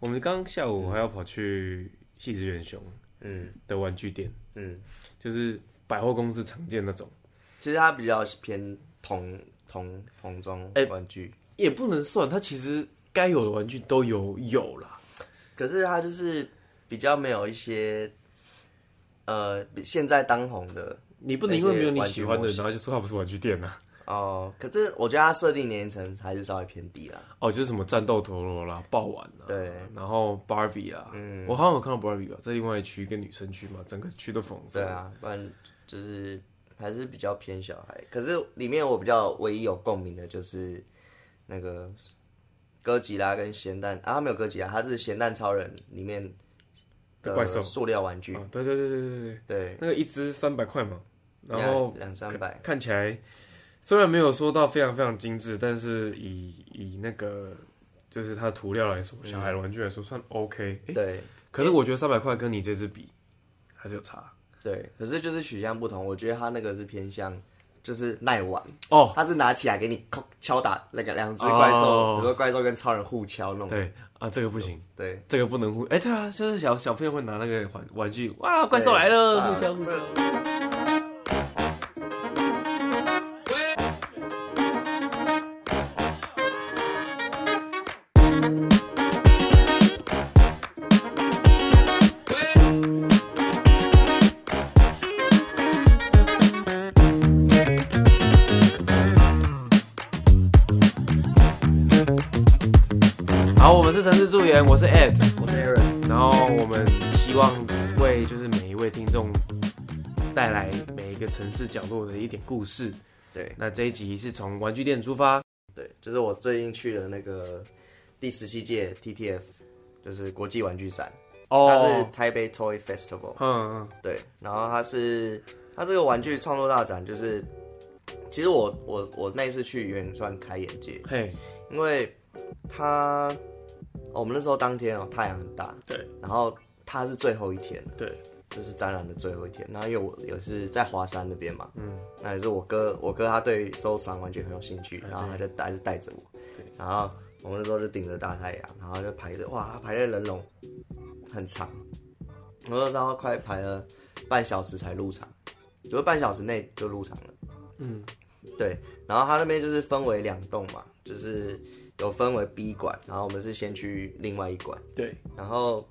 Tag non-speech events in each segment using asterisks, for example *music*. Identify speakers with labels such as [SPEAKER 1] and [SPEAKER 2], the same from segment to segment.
[SPEAKER 1] 我们刚下午还要跑去细之元雄
[SPEAKER 2] 嗯
[SPEAKER 1] 的玩具店，
[SPEAKER 2] 嗯，
[SPEAKER 1] 就是百货公司常见那种，
[SPEAKER 2] 其实它比较偏童童童装
[SPEAKER 3] 哎
[SPEAKER 2] 玩具，
[SPEAKER 3] 也不能算，它其实该有的玩具都有有啦。
[SPEAKER 2] 可是它就是比较没有一些呃比现在当红的
[SPEAKER 3] 你不能因为没有你喜欢的，然后就说它不是玩具店啊呐、
[SPEAKER 2] 哦。可是我觉得它设定年龄层还是稍微偏低啦。
[SPEAKER 3] 哦，就是什么战斗陀螺啦、爆丸啦，
[SPEAKER 2] 对，
[SPEAKER 3] 然后芭比啦，我好像有看到芭比吧，在另外一区跟女生区嘛，整个区都粉红色。
[SPEAKER 2] 对啊，不然就是还是比较偏小孩。可是里面我比较唯一有共鸣的就是那个哥吉拉跟咸蛋啊，他没有哥吉拉，他是咸蛋超人里面的
[SPEAKER 1] 的怪兽
[SPEAKER 2] 塑料玩具，
[SPEAKER 3] 哦
[SPEAKER 1] 啊，对对对对对对，
[SPEAKER 2] 对，
[SPEAKER 1] 那个一只三百块嘛，然后
[SPEAKER 2] 两两三百。
[SPEAKER 1] 看起来虽然没有说到非常非常精致，但是以以那个就是它的涂料来说，小孩的玩具来说算 OK。
[SPEAKER 2] 对
[SPEAKER 3] 可是我觉得三百块跟你这支比还是有差
[SPEAKER 2] 对，可是就是取向不同，我觉得他那个是偏向就是耐玩，
[SPEAKER 3] 哦。
[SPEAKER 2] 他是拿起来给你敲敲打那个两只怪兽，
[SPEAKER 3] 哦
[SPEAKER 2] 比如说怪兽跟超人互敲那种，
[SPEAKER 3] 对啊，这个不行，
[SPEAKER 2] 对，
[SPEAKER 3] 这个不能互。哎、对啊，就是小小朋友会拿那个玩玩具，哇，怪兽来了，互相互相。好，我们是城市助员，我是 AD，
[SPEAKER 2] 我是 Aaron，
[SPEAKER 3] 然后我们希望为就是每一位听众带来每一个城市角落的一点故事。
[SPEAKER 2] 对
[SPEAKER 3] 那这一集是从玩具店出发，
[SPEAKER 2] 对，就是我最近去了那个第十七届 TTF，就是国际玩具展，它是
[SPEAKER 3] 哦，
[SPEAKER 2] 台北 Toy Festival，
[SPEAKER 3] 嗯嗯，
[SPEAKER 2] 对，然后它是它这个玩具创作大展，就是其实我我我那次去有点算开眼界，
[SPEAKER 3] 嘿，
[SPEAKER 2] 因为它、哦我们那时候当天哦太阳很大，
[SPEAKER 3] 对
[SPEAKER 2] 然后它是最后一天，
[SPEAKER 3] 对，
[SPEAKER 2] 就是展览的最后一天。然后因为我也是在华山那边嘛，嗯，那也是我哥，我哥他对于收藏完全很有兴趣，然后他就带还是带着我，
[SPEAKER 3] 对，
[SPEAKER 2] 然后我们那时候就顶着大太阳，然后就排着，哇，排队人龙很长，我那时候快排了半小时才入场，就是半小时内就入场了。
[SPEAKER 3] 嗯，
[SPEAKER 2] 对，然后它那边就是分为两栋嘛，就是有分为 B 馆，然后我们是先去另外一馆，
[SPEAKER 3] 对，
[SPEAKER 2] 然后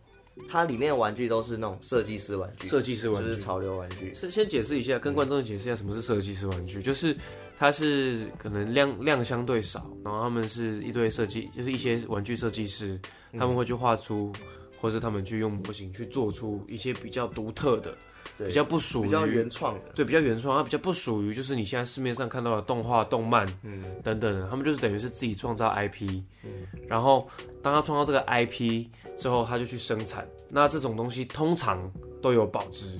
[SPEAKER 2] 它里面的玩具都是那种设计师玩具，
[SPEAKER 3] 设计师玩
[SPEAKER 2] 就是
[SPEAKER 3] 具。
[SPEAKER 2] 潮流玩具，
[SPEAKER 3] 是先解释一下，跟观众解释一下什么是设计师玩具，就是它是可能量量相对少，然后他们是一堆设计，就是一些玩具设计师，他们会去画出，或是他们去用模型去做出一些比较独特的、
[SPEAKER 2] 对，
[SPEAKER 3] 比较不属于
[SPEAKER 2] 比较原创的，
[SPEAKER 3] 对，比较原创，它比较不属于就是你现在市面上看到的动画、动漫，嗯，等等的，他们就是等于是自己创造 IP，嗯，然后当他创造这个 IP 之后，他就去生产。那这种东西通常都有保值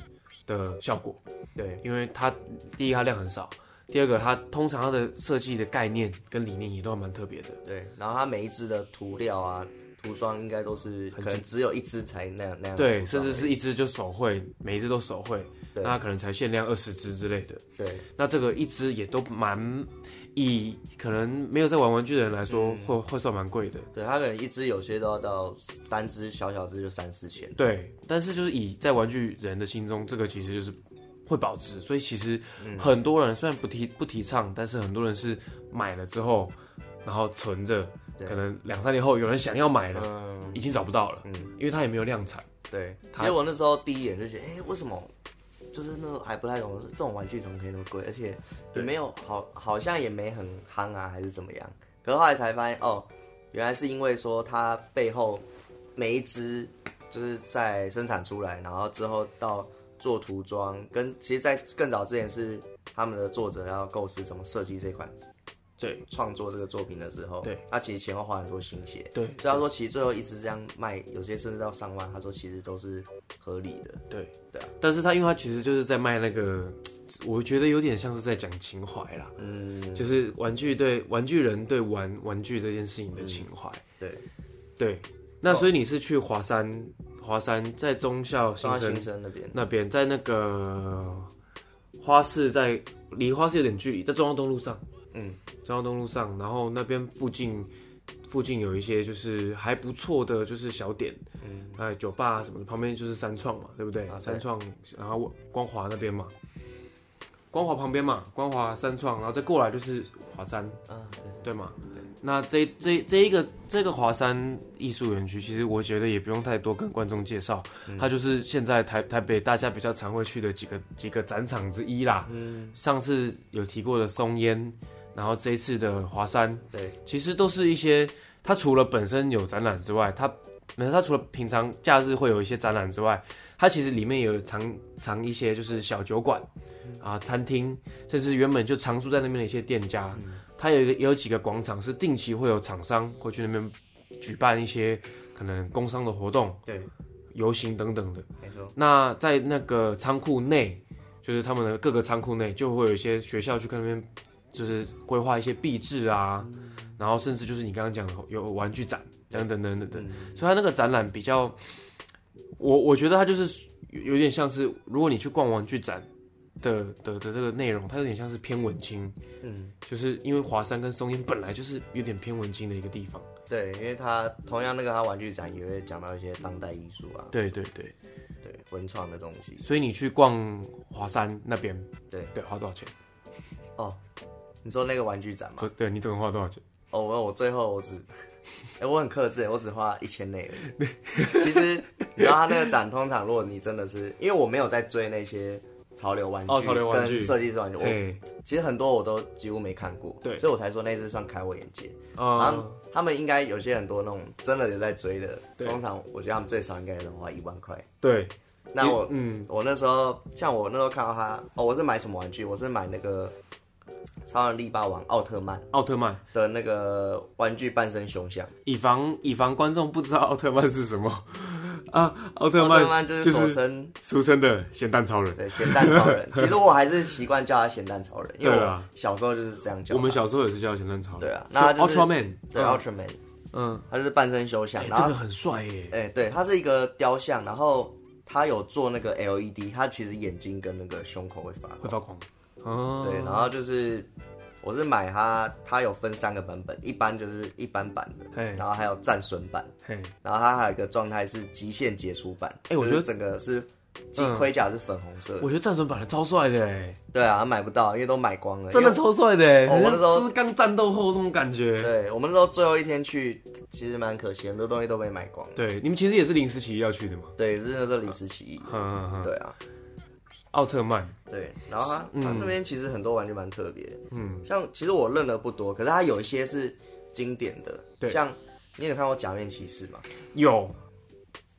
[SPEAKER 3] 的效果，
[SPEAKER 2] 对
[SPEAKER 3] 因为它第一它量很少，第二个它通常它的设计的概念跟理念也都还蛮特别的，
[SPEAKER 2] 对，然后它每一只的涂料啊、涂装应该都是可能只有一只才那样那样的涂
[SPEAKER 3] 对，
[SPEAKER 2] 装
[SPEAKER 3] 甚至
[SPEAKER 2] 而
[SPEAKER 3] 是一只就手绘，每一只都手绘，
[SPEAKER 2] 对
[SPEAKER 3] 那它可能才限量二十只之类的。
[SPEAKER 2] 已对
[SPEAKER 3] 那这个一支也都蛮，以可能没有在玩玩具的人来
[SPEAKER 2] 嗯
[SPEAKER 3] 说，会会算蛮贵的。
[SPEAKER 2] 对，它可能一只有些都要到单只小小只就三四千，
[SPEAKER 3] 对，但是就是以在玩具人的心中，这个其实就是会保值，所以其实
[SPEAKER 2] 嗯
[SPEAKER 3] 很多人虽然不提不提倡，但是很多人是买了之后，然后存着，
[SPEAKER 2] 对
[SPEAKER 3] 可能两三年后有人想要买了，
[SPEAKER 2] 嗯。
[SPEAKER 3] 已经找不到了，
[SPEAKER 2] 嗯
[SPEAKER 3] 因为它也没有量产。
[SPEAKER 2] 对，
[SPEAKER 3] 他
[SPEAKER 2] 其实我那时候第一眼就觉得，哎、为什么就是那个还不太懂，这种玩具怎么可以那么贵，而且也
[SPEAKER 3] 对
[SPEAKER 2] 没有好，好像也没很夯啊，还是怎么样？可是后来才发现，哦，原来是因为说它背后每一只就是在生产出来，然后之后到做涂装，跟其实，在更早之前是他们的作者要构思怎么设计这款
[SPEAKER 3] 对
[SPEAKER 2] 创作这个作品的时候，
[SPEAKER 3] 对，
[SPEAKER 2] 他其实前后花很多心血，
[SPEAKER 3] 对
[SPEAKER 2] 所以他说其实最后一直这样卖，有些甚至到上万，他说其实都是合理的，
[SPEAKER 3] 对
[SPEAKER 2] 对啊
[SPEAKER 3] 但是它因为它其实就是在卖那个，我觉得有点像是在讲情怀啦。
[SPEAKER 2] 嗯，
[SPEAKER 3] 就是玩具对玩具人对玩玩具这件事情的情怀、
[SPEAKER 2] 对，
[SPEAKER 3] 对，那所以你是去华山，华山在中校新
[SPEAKER 2] 上到
[SPEAKER 3] 生
[SPEAKER 2] 新生那边，
[SPEAKER 3] 那边，在那个花市在，离花市有点距离，在中央东路上。
[SPEAKER 2] 嗯，
[SPEAKER 3] 中央东路上，然后那边附近附近有一些就是还不错的就是小点，嗯，哎，酒吧啊什么的，旁边就是三创嘛，对不对？
[SPEAKER 2] 啊对
[SPEAKER 3] 三创，然后光华那边嘛，光华旁边嘛，光华三创，然后再过来就是华山，
[SPEAKER 2] 啊，
[SPEAKER 3] 对吗？那这这这一个这个华山艺术园区，其实我觉得也不用太多跟观众介绍，它就是现在台台北大家比较常会去的几个几个展场之一啦。上次有提过的松烟，然后这一次的华山，
[SPEAKER 2] 对对，
[SPEAKER 3] 其实都是一些它除了本身有展览之外，它没有它除了平常假日会有一些展览之外，它其实里面也有藏藏一些就是小酒馆啊、餐厅，甚至原本就常住在那边的一些店家，它有一个也有几个广场是定期会有厂商会去那边举办一些可能工商的活动、
[SPEAKER 2] 对，
[SPEAKER 3] 游行等等的。
[SPEAKER 2] 没错，
[SPEAKER 3] 那在那个仓库内，就是他们的各个仓库内，就会有一些学校去跟那边，就是规划一些壁纸啊，然后甚至就是你刚刚讲的有玩具展等等等等等，所以它那个展览比较，我我觉得它就是有有点像是，如果你去逛玩具展的的的这个内容，它有点像是偏文青，
[SPEAKER 2] 嗯，
[SPEAKER 3] 就是因为华山跟松烟本来就是有点偏文青的一个地方。
[SPEAKER 2] 对，因为他同样那个他玩具展也会讲到一些当代艺术啊，
[SPEAKER 3] 对对对，
[SPEAKER 2] 对，文创的东西。
[SPEAKER 3] 所以你去逛华山那边，
[SPEAKER 2] 对
[SPEAKER 3] 对，花多少钱？
[SPEAKER 2] 哦，你说那个玩具展吗？
[SPEAKER 3] 不，对你总共花多少钱？
[SPEAKER 2] 哦，我我最后我只，哎、我很克制，我只花一千内而已。其实你知道他那个展，通常如果你真的是，因为我没有在追那些潮流玩具，
[SPEAKER 3] 哦潮流玩具
[SPEAKER 2] 跟设计师玩具，我
[SPEAKER 3] 嘿，
[SPEAKER 2] 其实很多我都几乎没看过，
[SPEAKER 3] 对
[SPEAKER 2] 所以我才说那只算开我眼界。他们
[SPEAKER 3] 啊，
[SPEAKER 2] 他们应该有些很多那种真的有在追的，
[SPEAKER 3] 对
[SPEAKER 2] 通常我觉得他们最少应该也能花一万块。
[SPEAKER 3] 对，
[SPEAKER 2] 那我
[SPEAKER 3] 嗯，
[SPEAKER 2] 我那时候像我那时候看到他，哦，我是买什么玩具？我是买那个超人力霸王奥特曼
[SPEAKER 3] 奥特曼，
[SPEAKER 2] 的那个玩具半身熊像。
[SPEAKER 3] 以防以防观众不知道奥特曼是什么 *laughs* 啊，奥特
[SPEAKER 2] 奥特
[SPEAKER 3] 曼
[SPEAKER 2] 曼就是所称
[SPEAKER 3] 俗称的咸蛋超人。
[SPEAKER 2] 对咸蛋超
[SPEAKER 3] *laughs*
[SPEAKER 2] 人，其实我还是习惯叫他咸蛋超人，因为
[SPEAKER 3] 对
[SPEAKER 2] 我
[SPEAKER 3] 啊
[SPEAKER 2] 小时候就是这样叫他。
[SPEAKER 3] 我们小时候也是叫咸蛋超人，
[SPEAKER 2] 对啊那
[SPEAKER 3] 就
[SPEAKER 2] 就是
[SPEAKER 3] Ultraman，
[SPEAKER 2] 对 Ultraman，
[SPEAKER 3] 嗯，
[SPEAKER 2] 他就是半身休想，
[SPEAKER 3] 哎
[SPEAKER 2] 然
[SPEAKER 3] 这
[SPEAKER 2] 后
[SPEAKER 3] 个很帅耶，
[SPEAKER 2] 哎，对，他是一个雕像，然后他有做那个 LED，他其实眼睛跟那个胸口会发
[SPEAKER 3] 会发
[SPEAKER 2] 光。
[SPEAKER 3] 光，哦，
[SPEAKER 2] 对，然后就是我是买它，它有分三个版本，一般就是一般版的，
[SPEAKER 3] 嘿
[SPEAKER 2] 然后还有战损版，
[SPEAKER 3] 嘿，
[SPEAKER 2] 然后它还有一个状态是极限解除版，
[SPEAKER 3] 哎我觉
[SPEAKER 2] 就是
[SPEAKER 3] 得
[SPEAKER 2] 整个是机盔甲是粉红色的，
[SPEAKER 3] 我觉得战神版的超帅的耶，
[SPEAKER 2] 对啊，买不到，因为都买光了，
[SPEAKER 3] 真
[SPEAKER 2] 因
[SPEAKER 3] 的
[SPEAKER 2] 为
[SPEAKER 3] 超帅的耶，
[SPEAKER 2] 哦我那时候
[SPEAKER 3] 就是刚战斗后那种感觉。
[SPEAKER 2] 对我们那时候最后一天去，其实蛮可惜，很多东西都被买光了。
[SPEAKER 3] 对，你们其实也是临时起意要去的嘛，
[SPEAKER 2] 对，是那时候临时起意。
[SPEAKER 3] 嗯嗯嗯，
[SPEAKER 2] 对啊，
[SPEAKER 3] 奥特曼，
[SPEAKER 2] 对，然后他、他那边其实很多玩具蛮特别的，
[SPEAKER 3] 嗯，
[SPEAKER 2] 像其实我认的不多，可是它有一些是经典的，
[SPEAKER 3] 对
[SPEAKER 2] 像你有看过《假面骑士》吗？
[SPEAKER 3] 有。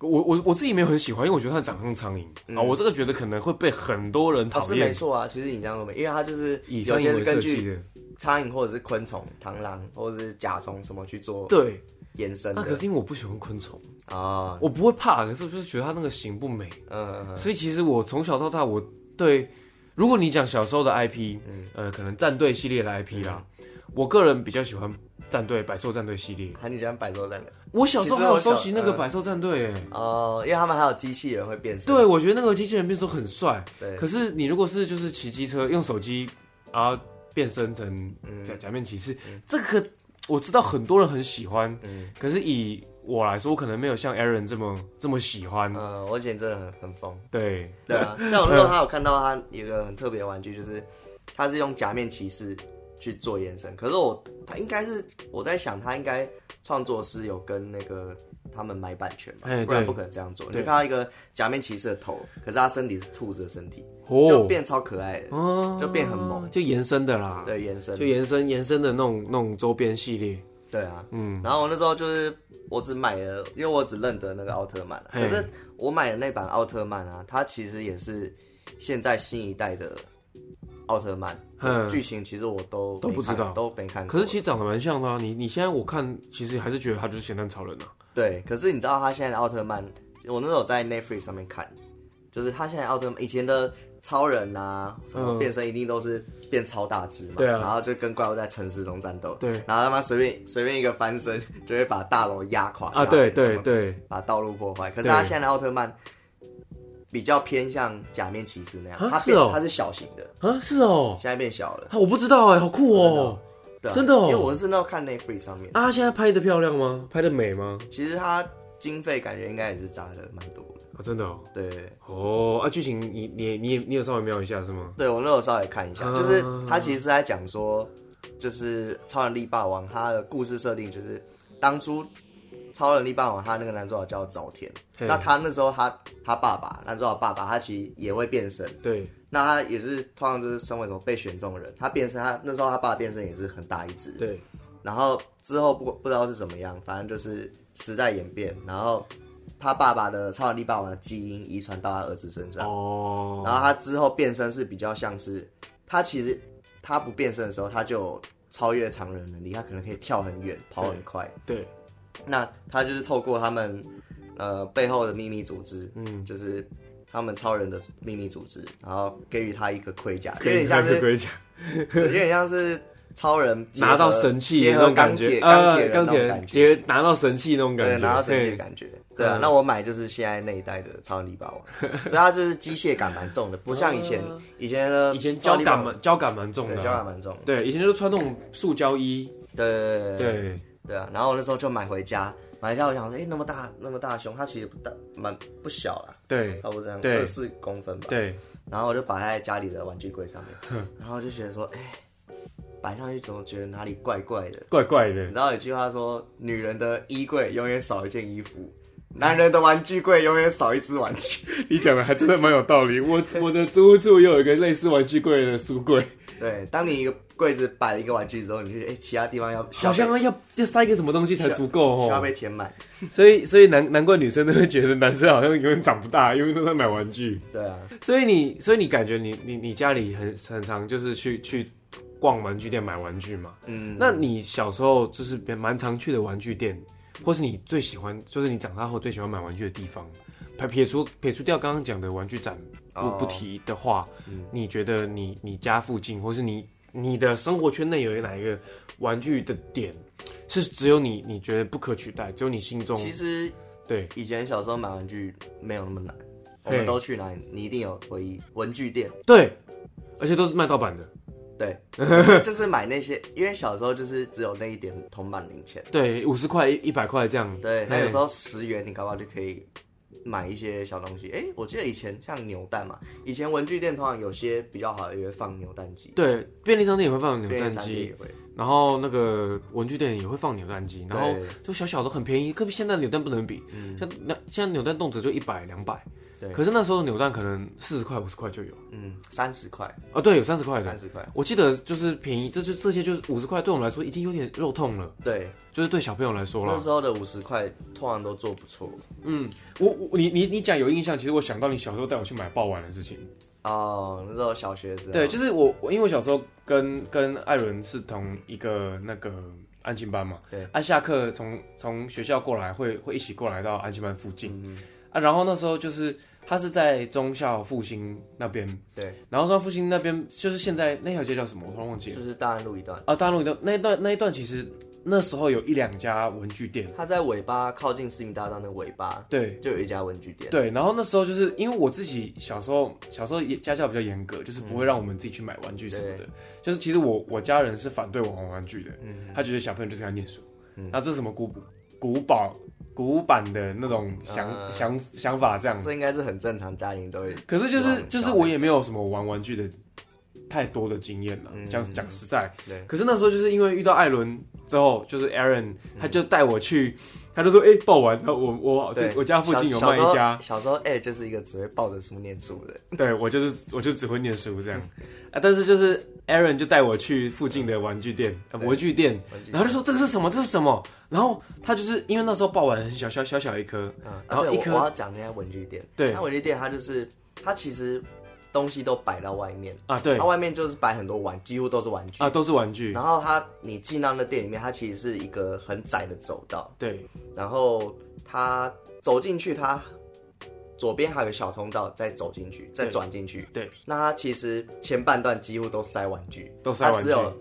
[SPEAKER 3] 我我我自己没有很喜欢，因为我觉得他长得像苍蝇、
[SPEAKER 2] 嗯
[SPEAKER 3] 啊，我这个觉得可能会被很多人讨
[SPEAKER 2] 哦，是
[SPEAKER 3] 厌。
[SPEAKER 2] 没错啊，其实你这样都没，因为它就是
[SPEAKER 3] 以
[SPEAKER 2] 有
[SPEAKER 3] 苍
[SPEAKER 2] 些
[SPEAKER 3] 蝇
[SPEAKER 2] 是
[SPEAKER 3] 为
[SPEAKER 2] 根
[SPEAKER 3] 设计
[SPEAKER 2] 据
[SPEAKER 3] 的，
[SPEAKER 2] 苍蝇或者是昆虫、螳螂或者是甲虫什么去做
[SPEAKER 3] 对。
[SPEAKER 2] 延伸
[SPEAKER 3] 那可
[SPEAKER 2] 的
[SPEAKER 3] 是因为我不喜欢昆虫，
[SPEAKER 2] 啊，
[SPEAKER 3] 我不会怕，可是我就是觉得它那个形不美。
[SPEAKER 2] 嗯嗯
[SPEAKER 3] 所以其实我从小到大，我对，如果你讲小时候的 IP，、呃，
[SPEAKER 2] 嗯
[SPEAKER 3] 可能战队系列的 IP 啦，我个人比较喜欢战队百兽战队系列
[SPEAKER 2] 嗯，。喊你喜欢百兽战的
[SPEAKER 3] 我小时候还有收集那个
[SPEAKER 2] 其实我小
[SPEAKER 3] 百兽战队、哎、
[SPEAKER 2] 哦，因为他们还有机器人会变身，
[SPEAKER 3] 对，我觉得那个机器人变身很帅。
[SPEAKER 2] 对
[SPEAKER 3] 可是你如果是就是骑机车用手机，然后变身成
[SPEAKER 2] 嗯
[SPEAKER 3] 假假面骑士，这个我知道很多人很喜欢，
[SPEAKER 2] 嗯
[SPEAKER 3] 可是以我来说，我可能没有像 Aaron 这么这么喜欢。
[SPEAKER 2] 嗯，我以前真的很很疯，
[SPEAKER 3] 对，
[SPEAKER 2] 对
[SPEAKER 3] *laughs*
[SPEAKER 2] 啊，像我那
[SPEAKER 3] 嗯
[SPEAKER 2] 时候他有看到他有一个很特别的玩具，就是他是用假面骑士去做延伸，可是我他应该是我在想他应该创作师有跟那个他们买版权吧
[SPEAKER 3] 哎，
[SPEAKER 2] 不然
[SPEAKER 3] 对
[SPEAKER 2] 不可能这样做。你就
[SPEAKER 3] 对
[SPEAKER 2] 看到一个假面骑士的头，可是他身体是兔子的身体，就
[SPEAKER 3] 哦，
[SPEAKER 2] 变超可爱的，
[SPEAKER 3] 哦
[SPEAKER 2] 就变很猛，
[SPEAKER 3] 就延伸的啦，
[SPEAKER 2] 对延伸
[SPEAKER 3] 就，延伸延伸的那种那种周边系列。
[SPEAKER 2] 对啊，嗯。然后我那时候就是我只买了，因为我只认得那个奥特曼啊，可
[SPEAKER 3] 嘿
[SPEAKER 2] 是我买的那版奥特曼啊，它其实也是现在新一代的奥特曼，
[SPEAKER 3] 嗯
[SPEAKER 2] 剧情其实我都
[SPEAKER 3] 都
[SPEAKER 2] 没
[SPEAKER 3] 不知
[SPEAKER 2] 看
[SPEAKER 3] 道
[SPEAKER 2] 都没看过。
[SPEAKER 3] 可是其实长得蛮像的啊，你你现在我看，其实还是觉得他就是咸蛋超人啊。
[SPEAKER 2] 对，可是你知道他现在的奥特曼，我那时候在 Netflix 上面看，就是他现在奥特曼以前的超人啊，什么
[SPEAKER 3] 嗯
[SPEAKER 2] 变身一定都是变超大只嘛，
[SPEAKER 3] 对啊
[SPEAKER 2] 然后就跟怪物在城市中战斗，
[SPEAKER 3] 对
[SPEAKER 2] 然后他妈随便随便一个翻身就会把大楼压垮
[SPEAKER 3] 啊，
[SPEAKER 2] 压
[SPEAKER 3] 对
[SPEAKER 2] 扁
[SPEAKER 3] 对
[SPEAKER 2] 什么
[SPEAKER 3] 对，
[SPEAKER 2] 把道路破坏。可是
[SPEAKER 3] 对
[SPEAKER 2] 他现在的奥特曼比较偏向假面骑士那样，
[SPEAKER 3] 啊
[SPEAKER 2] 他变
[SPEAKER 3] 是哦
[SPEAKER 2] 他是小型的，
[SPEAKER 3] 啊是哦，
[SPEAKER 2] 现在变小了。
[SPEAKER 3] 欸啊我不知道哎，好酷哦。
[SPEAKER 2] 对啊
[SPEAKER 3] 真的哦
[SPEAKER 2] 因为我是那看 Netflix 上面，
[SPEAKER 3] 啊，现在拍的漂亮吗？拍的美吗？
[SPEAKER 2] 其实它经费感觉应该也是砸的蛮多的。
[SPEAKER 3] 啊，真的哦。
[SPEAKER 2] 对，
[SPEAKER 3] 哦，啊，剧情你你你也你有稍微瞄一下是吗？
[SPEAKER 2] 对我那时候稍微看一下，
[SPEAKER 3] 啊
[SPEAKER 2] 就是它其实是在讲说，就是《超能力霸王》它的故事设定就是当初《超能力霸王》他那个男主角叫早田，
[SPEAKER 3] 嘿
[SPEAKER 2] 那他那时候他他爸爸男主角爸爸他其实也会变身。
[SPEAKER 3] 对，
[SPEAKER 2] 那他也是通常就是身为什么被选中的人，他变身，他那时候他爸变身也是很大一只，
[SPEAKER 3] 对，
[SPEAKER 2] 然后之后不不知道是怎么样，反正就是时代演变，然后他爸爸的超能力霸王的基因遗传到他儿子身上，
[SPEAKER 3] 哦，
[SPEAKER 2] 然后他之后变身是比较像是他其实他不变身的时候，他就有超越常人的能力，他可能可以跳很远，跑很快，
[SPEAKER 3] 对，
[SPEAKER 2] 那他就是透过他们呃背后的秘密组织，嗯，就是他们超人的秘密组织，然后给予他一个盔甲，有点像
[SPEAKER 3] 是
[SPEAKER 2] 是
[SPEAKER 3] 龟甲，
[SPEAKER 2] 有点像是超人结合
[SPEAKER 3] 拿到神器
[SPEAKER 2] 结
[SPEAKER 3] 那
[SPEAKER 2] 合
[SPEAKER 3] 种
[SPEAKER 2] 钢
[SPEAKER 3] 感
[SPEAKER 2] 铁
[SPEAKER 3] 觉，
[SPEAKER 2] 钢
[SPEAKER 3] 呃
[SPEAKER 2] 铁，人
[SPEAKER 3] 钢
[SPEAKER 2] 那
[SPEAKER 3] 铁
[SPEAKER 2] 种
[SPEAKER 3] 人
[SPEAKER 2] 感觉。
[SPEAKER 3] 结拿到神器那种感
[SPEAKER 2] 对，
[SPEAKER 3] 觉，
[SPEAKER 2] 拿到神器的
[SPEAKER 3] 嘿
[SPEAKER 2] 感觉，对啊
[SPEAKER 3] 嗯，
[SPEAKER 2] 那我买就是现在那一代的超能力霸王，
[SPEAKER 3] *laughs*
[SPEAKER 2] 所以它就是机械感蛮重的，不像以前以前的
[SPEAKER 3] 以前
[SPEAKER 2] 超
[SPEAKER 3] 胶
[SPEAKER 2] 能力霸
[SPEAKER 3] 感
[SPEAKER 2] 王
[SPEAKER 3] 蛮胶感蛮重
[SPEAKER 2] 呃对
[SPEAKER 3] 的
[SPEAKER 2] 胶感
[SPEAKER 3] 啊，
[SPEAKER 2] 蛮重的，
[SPEAKER 3] 对，以前就穿那种塑胶衣，
[SPEAKER 2] 对对对对对
[SPEAKER 3] 对，
[SPEAKER 2] 对啊，然后我那时候就买回家，买回家我想说，哎、那么大那么大的胸，它其实不大，蛮不小啦，
[SPEAKER 3] 对，
[SPEAKER 2] 差不多这样，
[SPEAKER 3] 对
[SPEAKER 2] 二四公分吧。
[SPEAKER 3] 对，
[SPEAKER 2] 然后我就摆在家里的玩具柜上面， *laughs* 然后就觉得说，哎、摆上去怎么觉得哪里怪怪的？
[SPEAKER 3] 怪怪
[SPEAKER 2] 你
[SPEAKER 3] 的
[SPEAKER 2] 知，道有句话说，女人的衣柜永远少一件衣服，男人的玩具柜永远少一只玩具。 *laughs*
[SPEAKER 3] 你讲的还真的蛮有道理。我我的租屋处也有一个类似玩具柜的书柜，
[SPEAKER 2] 对，当你一个柜子摆了一个玩具之后，你就觉得，哎、其他地方要需要
[SPEAKER 3] 好
[SPEAKER 2] 被
[SPEAKER 3] 像要要塞一个什么东西才足够
[SPEAKER 2] 需要
[SPEAKER 3] 哦。
[SPEAKER 2] 被填满。
[SPEAKER 3] 所以所以难难怪女生都会觉得男生好像永远长不大，因为都在买玩具。
[SPEAKER 2] 对啊，
[SPEAKER 3] 所以你所以你感觉你你你家里很很常就是去去逛玩具店买玩具嘛？
[SPEAKER 2] 嗯，
[SPEAKER 3] 那你小时候就是蛮常去的玩具店，或是你最喜欢，就是你长大后最喜欢买玩具的地方，撇撇除撇除掉刚刚讲的玩具展不
[SPEAKER 2] 哦
[SPEAKER 3] 不提的话，你觉得你你家附近，或是你你的生活圈内有哪一个玩具的点，是只有你你觉得不可取代，只有你心中
[SPEAKER 2] 其实
[SPEAKER 3] 对
[SPEAKER 2] 以前小时候买玩具没有那么难，我
[SPEAKER 3] 嘿
[SPEAKER 2] 们都去哪里？你一定有回忆文具店，
[SPEAKER 3] 对，而且都是卖盗版的， *laughs*
[SPEAKER 2] 对，就是就是买那些，因为小时候就是只有那一点铜板零钱，
[SPEAKER 3] 对，五十块一百块这样，
[SPEAKER 2] 对，那有时
[SPEAKER 3] 候
[SPEAKER 2] 候十元你搞不好就可以买一些小东西。哎、我记得以前像扭蛋嘛，以前文具店通常有些比较好的也会放扭蛋机，
[SPEAKER 3] 对便利商店也会放扭
[SPEAKER 2] 便
[SPEAKER 3] 蛋
[SPEAKER 2] 利商店
[SPEAKER 3] 机
[SPEAKER 2] 也，会，
[SPEAKER 3] 然后那个文具店也会放扭蛋机，然后就小小的很便宜，跟现在的扭蛋不能比。像那现在扭蛋动辄就一百两百，
[SPEAKER 2] 对
[SPEAKER 3] 可是那时候的扭蛋可能四十块五十块就有
[SPEAKER 2] 嗯，三十块，
[SPEAKER 3] 啊，对，有三十块的。
[SPEAKER 2] 三十块，
[SPEAKER 3] 我记得就是便宜，这就这些就是五十块，对我们来说已经有点肉痛了，
[SPEAKER 2] 对，
[SPEAKER 3] 就是嗯对小朋友来说
[SPEAKER 2] 那
[SPEAKER 3] 了。
[SPEAKER 2] 时候的五十块通常都做不错
[SPEAKER 3] 我我你你你讲有印象，其实我想到你小时候带我去买爆丸的事情。
[SPEAKER 2] 哦，那时候小学生，
[SPEAKER 3] 对，就是我，我因为我小时候跟跟艾伦是同一个那个安亲班嘛，
[SPEAKER 2] 对，
[SPEAKER 3] 啊，下课从从学校过来会会一起过来到安亲班附近、
[SPEAKER 2] 嗯
[SPEAKER 3] 啊，然后那时候就是他是在中校复兴那边，
[SPEAKER 2] 对，
[SPEAKER 3] 然后中校复兴那边就是现在那条街叫什么，我突然忘记了
[SPEAKER 2] 就是大安路一段。
[SPEAKER 3] 啊，大陆一段那一段那一段其实那时候有一两家文具店，
[SPEAKER 2] 它在尾巴靠近市民大道的尾巴，
[SPEAKER 3] 对，
[SPEAKER 2] 就有一家文具店。
[SPEAKER 3] 对，然后那时候就是因为我自己小时候小时候也家教比较严格，就是
[SPEAKER 2] 嗯
[SPEAKER 3] 不会让我们自己去买玩具什么的。就是其实我我家人是反对我玩玩具的，
[SPEAKER 2] 嗯
[SPEAKER 3] 他觉得小朋友就是该念书。那这是什么古古堡古板的那种想、
[SPEAKER 2] 嗯
[SPEAKER 3] 想想法这样。
[SPEAKER 2] 这应该是很正常，家庭都会。
[SPEAKER 3] 可是就
[SPEAKER 2] 希望
[SPEAKER 3] 是
[SPEAKER 2] 小
[SPEAKER 3] 就是我也没有什么玩玩具的太多的经验了，讲讲实在。
[SPEAKER 2] 嗯对
[SPEAKER 3] 可是那时候就是因为遇到艾伦之后，就是 Aaron
[SPEAKER 2] 嗯
[SPEAKER 3] 他就带我去，他就说哎爆玩，然后我我这
[SPEAKER 2] 对
[SPEAKER 3] 我家附近有
[SPEAKER 2] 小
[SPEAKER 3] 卖一家。
[SPEAKER 2] 小时候，哎、就是一个只会抱着书念书的。
[SPEAKER 3] *laughs* 对我就是我就只会念书这样啊，但是就是 Aaron 就带我去附近的玩具店，呃、文具店，然后就说这个是什么，这是什么，然后他就是因为那时候爆丸很小小小小一颗，
[SPEAKER 2] 嗯，啊
[SPEAKER 3] 然后
[SPEAKER 2] 对
[SPEAKER 3] 一
[SPEAKER 2] 我
[SPEAKER 3] 颗
[SPEAKER 2] 我要讲那家文具店。
[SPEAKER 3] 对
[SPEAKER 2] 那文具店它就是它其实东西都摆到外面，
[SPEAKER 3] 啊对
[SPEAKER 2] 它外面就是摆很多玩，几乎都是玩具。
[SPEAKER 3] 啊都是玩具，
[SPEAKER 2] 然后它你进到那店里面，它其实是一个很窄的走道，
[SPEAKER 3] 对
[SPEAKER 2] 然后它走进去，它左边还有个小通道，再走进去，再
[SPEAKER 3] 对
[SPEAKER 2] 转进去。
[SPEAKER 3] 对
[SPEAKER 2] 那它其实前半段几乎都塞玩具，
[SPEAKER 3] 都塞玩
[SPEAKER 2] 它
[SPEAKER 3] 具
[SPEAKER 2] 只有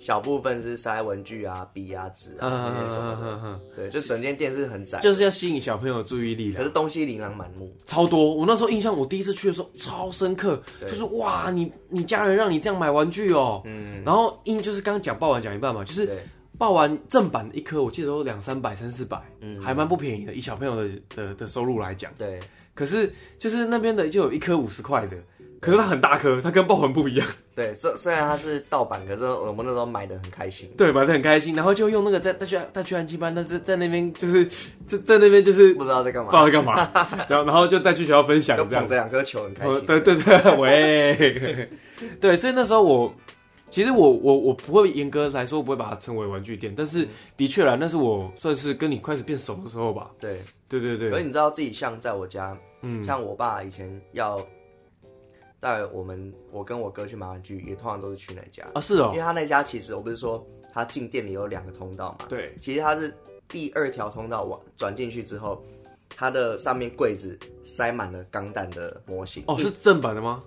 [SPEAKER 2] 小部分是塞文具啊、笔啊、纸啊
[SPEAKER 3] 嗯
[SPEAKER 2] 那些什么的。
[SPEAKER 3] 嗯嗯
[SPEAKER 2] 对，就整间店是很窄，
[SPEAKER 3] 就是要吸引小朋友的注意力
[SPEAKER 2] 可
[SPEAKER 3] 了。
[SPEAKER 2] 是东西琳琅满目。
[SPEAKER 3] 超多，我那时候印象，我第一次去的时候超深刻，就是哇，你你家人让你这样买玩具哦，嗯，然后印就是刚刚讲爆完讲一半嘛，就是
[SPEAKER 2] 对
[SPEAKER 3] 爆完正版一颗，我记得都两三百、三四百，还蛮不便宜的，以小朋友的的的收入来讲。
[SPEAKER 2] 对，
[SPEAKER 3] 可是就是那边的就有一颗五十块的，可是它很大颗，它跟爆环不一样。 *laughs*
[SPEAKER 2] 对，虽虽然它是盗版，可是我们那时候买的很开心。
[SPEAKER 3] 对，买的很开心，然后就用那个在带去带去安基班，那在在那边就是在在那边就是
[SPEAKER 2] 不知道在干
[SPEAKER 3] 不
[SPEAKER 2] 嘛
[SPEAKER 3] 知，道在干嘛， *laughs* 然后然后就带去学校分享
[SPEAKER 2] 就
[SPEAKER 3] 这样
[SPEAKER 2] 捧。这两颗球很开
[SPEAKER 3] 哦，
[SPEAKER 2] 心。
[SPEAKER 3] 对对对， *laughs* 喂， *laughs* 对，所以那时候我其实我我我不会严格来说我不会把它称为玩具店，但是的确啦，那是我算是跟你开始变熟的时候吧。
[SPEAKER 2] 对，
[SPEAKER 3] 对对嗯
[SPEAKER 2] 可
[SPEAKER 3] 对，
[SPEAKER 2] 是你知道自己像在我家，像我爸以前要带我们，我跟我哥去买玩具，也通常都是去那家，
[SPEAKER 3] 啊是
[SPEAKER 2] 因
[SPEAKER 3] 哦，
[SPEAKER 2] 为他那家其实我不是说他进店里有两个通道嘛，
[SPEAKER 3] 对，
[SPEAKER 2] 其实它是第二条通道往转进去之后，它的上面柜子塞满了钢弹的模型，
[SPEAKER 3] 哦是正版的吗？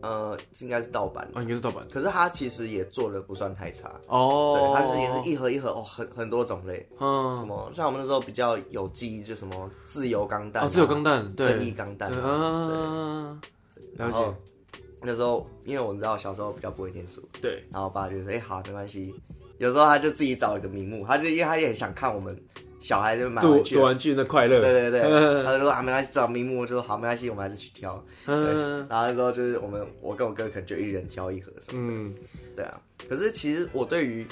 [SPEAKER 2] 呃，应该是盗版的，
[SPEAKER 3] 哦应该是盗版的
[SPEAKER 2] 可是它其实也做的不算太差，
[SPEAKER 3] 哦
[SPEAKER 2] 啊对，，它就是也是一盒一盒哦，很很多种类。什
[SPEAKER 3] 嗯
[SPEAKER 2] 么？像我们那时候比较有记忆，就什么自由钢弹、啊
[SPEAKER 3] 哦自由钢弹对
[SPEAKER 2] 正义钢弹、
[SPEAKER 3] 对
[SPEAKER 2] 啊。
[SPEAKER 3] 啊，了
[SPEAKER 2] 然后
[SPEAKER 3] 解
[SPEAKER 2] 那时候，因为我知道小时候比较不会念书，
[SPEAKER 3] 对
[SPEAKER 2] 然后我爸就说：“哎、好，没关系。”有时候他就自己找一个名目，他就因为他也很想看我们小孩子买
[SPEAKER 3] 做
[SPEAKER 2] 玩具
[SPEAKER 3] 做玩具的快乐，
[SPEAKER 2] 对对对，
[SPEAKER 3] 嗯
[SPEAKER 2] 他就说啊，没关系，找名目，我就说好，没关系，我们还是去挑。对，
[SPEAKER 3] 嗯
[SPEAKER 2] 然后之后就是我们，我跟我哥可能就一人挑一盒什么，
[SPEAKER 3] 嗯
[SPEAKER 2] 对啊。可是其实我对于，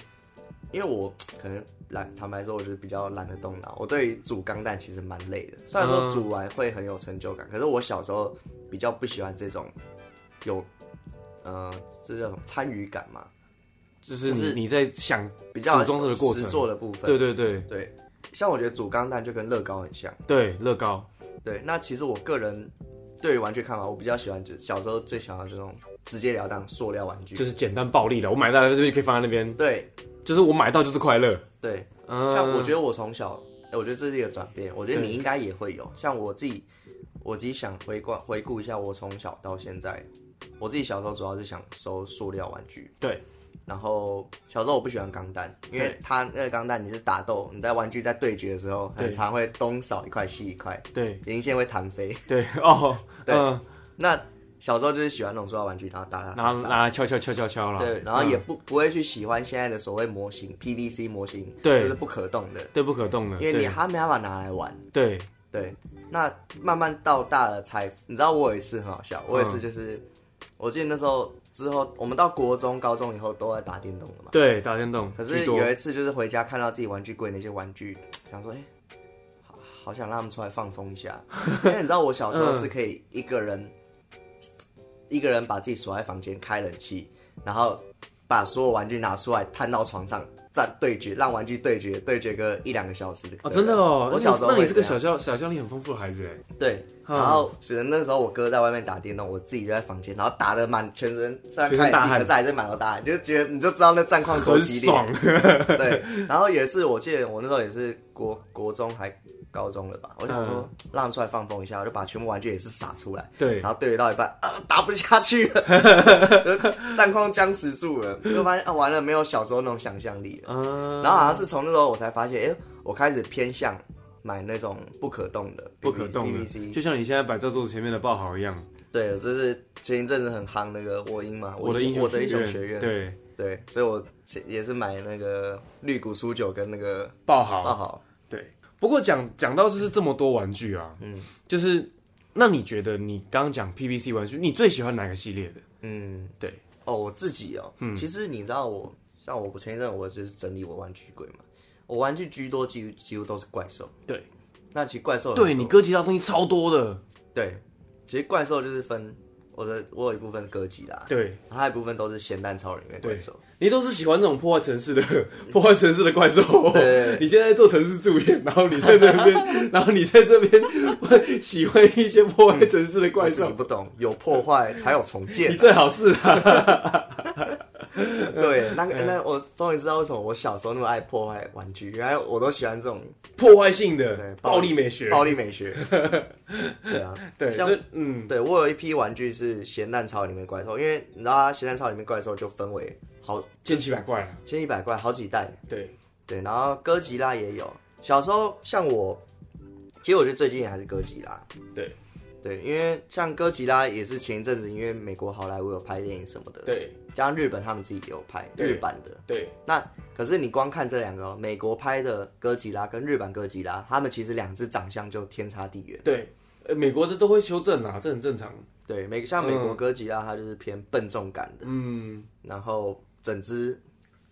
[SPEAKER 2] 因为我可能懒，坦白说，我就是比较懒得动脑。我对于煮钢蛋其实蛮累的，虽然说
[SPEAKER 3] 嗯
[SPEAKER 2] 煮完会很有成就感，可是我小时候比较不喜欢这种有，呃，这叫什么参与感嘛，
[SPEAKER 3] 就是
[SPEAKER 2] 就是
[SPEAKER 3] 你你在想
[SPEAKER 2] 比较
[SPEAKER 3] 组装这个过程
[SPEAKER 2] 实做的部分。
[SPEAKER 3] 对对对
[SPEAKER 2] 对，像我觉得煮钢蛋就跟乐高很像。
[SPEAKER 3] 对乐高
[SPEAKER 2] 对，那其实我个人对于玩具看法，我比较喜欢就是小时候最想要这种直截了当塑料玩具。
[SPEAKER 3] 就是简单暴力的，我买到这边可以放在那边，
[SPEAKER 2] 对
[SPEAKER 3] 就是我买到就是快乐。
[SPEAKER 2] 对，
[SPEAKER 3] 嗯，
[SPEAKER 2] 像我觉得我从小，哎、我觉得这是一个转变，我觉得你应该也会有。像我自己，我自己想回顾回顾一下，我从小到现在，我自己小时候主要是想收塑料玩具。
[SPEAKER 3] 对。
[SPEAKER 2] 然后小时候我不喜欢钢弹，因为
[SPEAKER 3] 对
[SPEAKER 2] 它那个钢弹你是打斗，你在玩具在对决的时候，很
[SPEAKER 3] 对
[SPEAKER 2] 常会东少一块西一块，
[SPEAKER 3] 对
[SPEAKER 2] 零线会弹飞。
[SPEAKER 3] 对哦，
[SPEAKER 2] 哎对
[SPEAKER 3] 嗯，
[SPEAKER 2] 那小时候就是喜欢那种塑料玩具，然后打打
[SPEAKER 3] 然
[SPEAKER 2] 杀
[SPEAKER 3] 后
[SPEAKER 2] 杀。
[SPEAKER 3] 拿来敲敲敲敲敲了，
[SPEAKER 2] 对，然后也
[SPEAKER 3] 嗯
[SPEAKER 2] 不不会去喜欢现在的所谓模型 PVC 模型，
[SPEAKER 3] 嗯对
[SPEAKER 2] 就是不可动的，
[SPEAKER 3] 对不可动了，
[SPEAKER 2] 因为你
[SPEAKER 3] 对
[SPEAKER 2] 还没办法拿来玩。
[SPEAKER 3] 对
[SPEAKER 2] 对，那慢慢到大了才，你知道我有一次很好笑，我有
[SPEAKER 3] 嗯
[SPEAKER 2] 一次就是，我记得那时候之后，我们到国中、高中以后都在打电动了嘛。
[SPEAKER 3] 对打电动，
[SPEAKER 2] 可
[SPEAKER 3] 居
[SPEAKER 2] 是
[SPEAKER 3] 多
[SPEAKER 2] 有一次就是回家看到自己玩具柜那些玩具，想说，哎、好好想让他们出来放风一下， *laughs* 因为你知道我小时候是可以一个人，一个人把自己锁在房间开冷气，然后把所有玩具拿出来摊到床上。站对决，让玩具对决，对决个一两个小时。
[SPEAKER 3] 哦，真的哦，
[SPEAKER 2] 我小时候
[SPEAKER 3] 那你那
[SPEAKER 2] 会
[SPEAKER 3] 你是个
[SPEAKER 2] 这
[SPEAKER 3] 小
[SPEAKER 2] 样
[SPEAKER 3] 效小效力很丰富的孩子哎，
[SPEAKER 2] 对，
[SPEAKER 3] 嗯
[SPEAKER 2] 然后只能那时候我哥在外面打电动，我自己就在房间，然后打的满全身，虽然
[SPEAKER 3] 全身
[SPEAKER 2] 开
[SPEAKER 3] 大
[SPEAKER 2] 冷气，
[SPEAKER 3] 汗
[SPEAKER 2] 可是还是满头大汗，就觉得你就知道那战况多
[SPEAKER 3] 很
[SPEAKER 2] 激烈。
[SPEAKER 3] 爽，
[SPEAKER 2] *laughs* 对，然后也是我记得我那时候也是国国中还高中了吧，我想说、让他们出来放风一下，我就把全部玩具也是撒出来，
[SPEAKER 3] 嗯对
[SPEAKER 2] 然后对到一半，呃，打不下去了，就是战况僵持住了，就发现啊完了没有小时候那种想象力了。
[SPEAKER 3] 嗯，
[SPEAKER 2] 然后好像是从那时候我才发现，哎、我开始偏向买那种不可动的
[SPEAKER 3] 不可动了
[SPEAKER 2] PVC，
[SPEAKER 3] 就像你现在摆在桌子前面的爆豪一样，
[SPEAKER 2] 对，就是前一阵子很夯那个啊我英嘛，
[SPEAKER 3] 我的英
[SPEAKER 2] 英我的英雄
[SPEAKER 3] 雄
[SPEAKER 2] 学院，
[SPEAKER 3] 对
[SPEAKER 2] 对，所以我前也是买那个绿谷苏酒跟那个
[SPEAKER 3] 爆
[SPEAKER 2] 爆
[SPEAKER 3] 豪，
[SPEAKER 2] 好，
[SPEAKER 3] 对。不过讲讲到就是这么多玩具啊，嗯，就是那你觉得你刚刚讲 PVC 玩具，你最喜欢哪个系列的？
[SPEAKER 2] 嗯，
[SPEAKER 3] 对，嗯
[SPEAKER 2] 哦，我自己哦，其实你知道我，像我前一阵我就是整理我玩具柜嘛，我玩具居多几乎几乎都是怪兽，
[SPEAKER 3] 对，
[SPEAKER 2] 那其实怪兽有
[SPEAKER 3] 对
[SPEAKER 2] 很
[SPEAKER 3] 你
[SPEAKER 2] 多
[SPEAKER 3] 哥吉拉东西超多的，
[SPEAKER 2] 对，其实怪兽就是分我的，我有一部分是哥吉拉，
[SPEAKER 3] 对，
[SPEAKER 2] 然后还有一部分都是咸蛋超人里面的怪兽。
[SPEAKER 3] 你都是喜欢这种破坏城市的 *laughs* 破坏城市的怪兽。
[SPEAKER 2] 对
[SPEAKER 3] 你现在做城市助演，然后你在那
[SPEAKER 2] *laughs*
[SPEAKER 3] 边，然后你在这边呃喜欢一些破坏城市的怪
[SPEAKER 2] 不是
[SPEAKER 3] 兽
[SPEAKER 2] *laughs* 你，不懂，有破坏才有重
[SPEAKER 3] 你 *laughs*
[SPEAKER 2] 建。
[SPEAKER 3] 最好是啊。
[SPEAKER 2] 对，那
[SPEAKER 3] 嗯
[SPEAKER 2] 个那我终于知道为什么我小时候那么爱破坏玩具，原来我都喜欢这种
[SPEAKER 3] 破坏性的
[SPEAKER 2] 对
[SPEAKER 3] 暴力美学。
[SPEAKER 2] 暴力美
[SPEAKER 3] *laughs*
[SPEAKER 2] 学。对啊，
[SPEAKER 3] 对，
[SPEAKER 2] 像
[SPEAKER 3] 所以嗯，
[SPEAKER 2] 对我有一批玩具是咸蛋超里面的怪兽，因为你知道它咸蛋超里面怪兽就分为好
[SPEAKER 1] 千奇百怪啊。
[SPEAKER 2] 千一百块好几代，
[SPEAKER 1] 对，
[SPEAKER 2] 对，然后哥吉拉也有。小时候像我，其实我觉得最经典还是哥吉拉。
[SPEAKER 1] 对，
[SPEAKER 2] 对，因为像哥吉拉也是前一阵子，因为美国好莱坞有拍电影什么的，
[SPEAKER 1] 对，
[SPEAKER 2] 加上日本他们自己也有拍
[SPEAKER 1] 对
[SPEAKER 2] 日版的。
[SPEAKER 1] 对，
[SPEAKER 2] 那可是你光看这两个、哦，美国拍的哥吉拉跟日版哥吉拉，他们其实两只长相就天差地远。
[SPEAKER 1] 对，呃，美国的都会修正啊，这很正常。
[SPEAKER 2] 对，美像美国
[SPEAKER 3] 嗯
[SPEAKER 2] 哥吉拉，它就是偏笨重感的，
[SPEAKER 1] 嗯，
[SPEAKER 2] 然后整只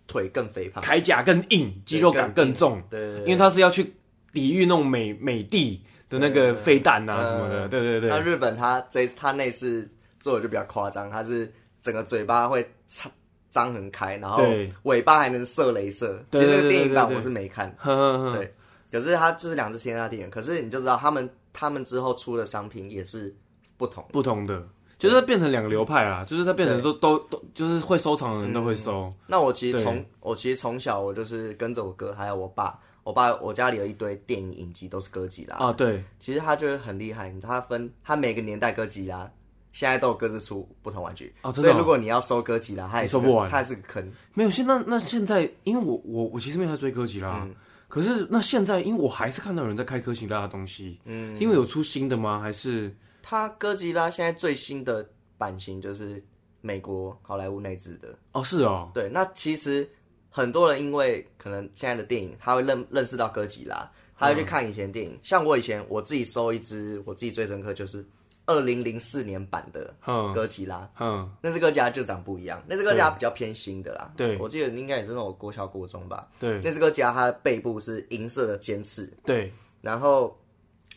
[SPEAKER 2] 腿更肥胖。
[SPEAKER 3] 铠甲更硬，肌肉感更重，
[SPEAKER 2] 对对对
[SPEAKER 3] 因为它是要去抵御那种美美帝的那个飞弹啊
[SPEAKER 2] 嗯
[SPEAKER 3] 什么的，对对
[SPEAKER 2] 那
[SPEAKER 3] 对，
[SPEAKER 2] 日本它这它那次做的就比较夸张，它是整个嘴巴会张张很开，然后
[SPEAKER 3] 对
[SPEAKER 2] 尾巴还能射镭射。其
[SPEAKER 3] 对
[SPEAKER 2] 实那
[SPEAKER 3] 对对
[SPEAKER 2] 个电影版
[SPEAKER 3] 对对
[SPEAKER 2] 我是没看，
[SPEAKER 3] 呵呵呵
[SPEAKER 2] 对，可是它就是两只天差地远。可是你就知道他们他们之后出的商品也是不同。
[SPEAKER 3] 不同的，就是它变成两个流派啦，就是它变成都都都就是会收藏的人都会收，
[SPEAKER 2] 那我其实
[SPEAKER 3] 对
[SPEAKER 2] 从我其实从小我就是跟着我哥还有我爸，我爸我家里有一堆电影影集都是哥吉拉，
[SPEAKER 3] 啊，对，
[SPEAKER 2] 其实他就是很厉害，你知道他分他每个年代哥吉拉。现在都有各自出不同玩具，
[SPEAKER 3] 哦真
[SPEAKER 2] 所
[SPEAKER 3] 的哦
[SPEAKER 2] 以如果你要收哥吉拉，它也是
[SPEAKER 3] 你收
[SPEAKER 2] 个
[SPEAKER 3] 不完
[SPEAKER 2] 它也是个坑。
[SPEAKER 3] 没有现那那现在，因为我我我其实没有在追哥吉拉。
[SPEAKER 2] 嗯
[SPEAKER 3] 可是那现在，因为我还是看到有人在开哥吉拉的东西，嗯，是因为有出新的吗？还是
[SPEAKER 2] 它哥吉拉现在最新的版型就是美国好莱坞那只的，
[SPEAKER 3] 哦是哦，
[SPEAKER 2] 对，那其实很多人因为可能现在的电影，他会认认识到哥吉拉，他会去看以前电
[SPEAKER 3] 嗯
[SPEAKER 2] 影。像我以前我自己收一只，我自己最深刻就是二零零四年版的
[SPEAKER 3] 嗯
[SPEAKER 2] 哥吉拉，
[SPEAKER 3] 嗯，
[SPEAKER 2] 那只哥吉拉就长不一样，那只哥吉拉比较偏新的啦。
[SPEAKER 3] 对
[SPEAKER 2] 我记得应该也是那种国小国中吧。
[SPEAKER 3] 对
[SPEAKER 2] 那只哥吉拉它的背部是银色的尖刺，
[SPEAKER 3] 对
[SPEAKER 2] 然后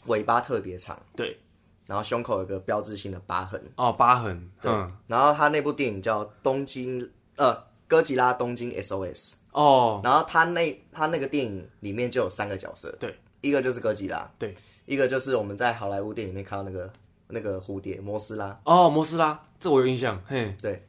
[SPEAKER 2] 尾巴特别长，
[SPEAKER 3] 对，
[SPEAKER 2] 然后胸口有个标志性的疤痕。
[SPEAKER 3] 哦疤痕，
[SPEAKER 2] 对，
[SPEAKER 3] 嗯，
[SPEAKER 2] 然后他那部电影叫《东京》，呃，哥吉拉东京 SOS。
[SPEAKER 3] 哦
[SPEAKER 2] 然后他那他那个电影里面就有三个角色，
[SPEAKER 3] 对，
[SPEAKER 2] 一个就是哥吉拉，
[SPEAKER 3] 对，
[SPEAKER 2] 一个就是我们在好莱坞电影里面看到那个那个蝴蝶摩斯拉，
[SPEAKER 3] 哦摩斯拉，这我有印象，嘿，
[SPEAKER 2] 对，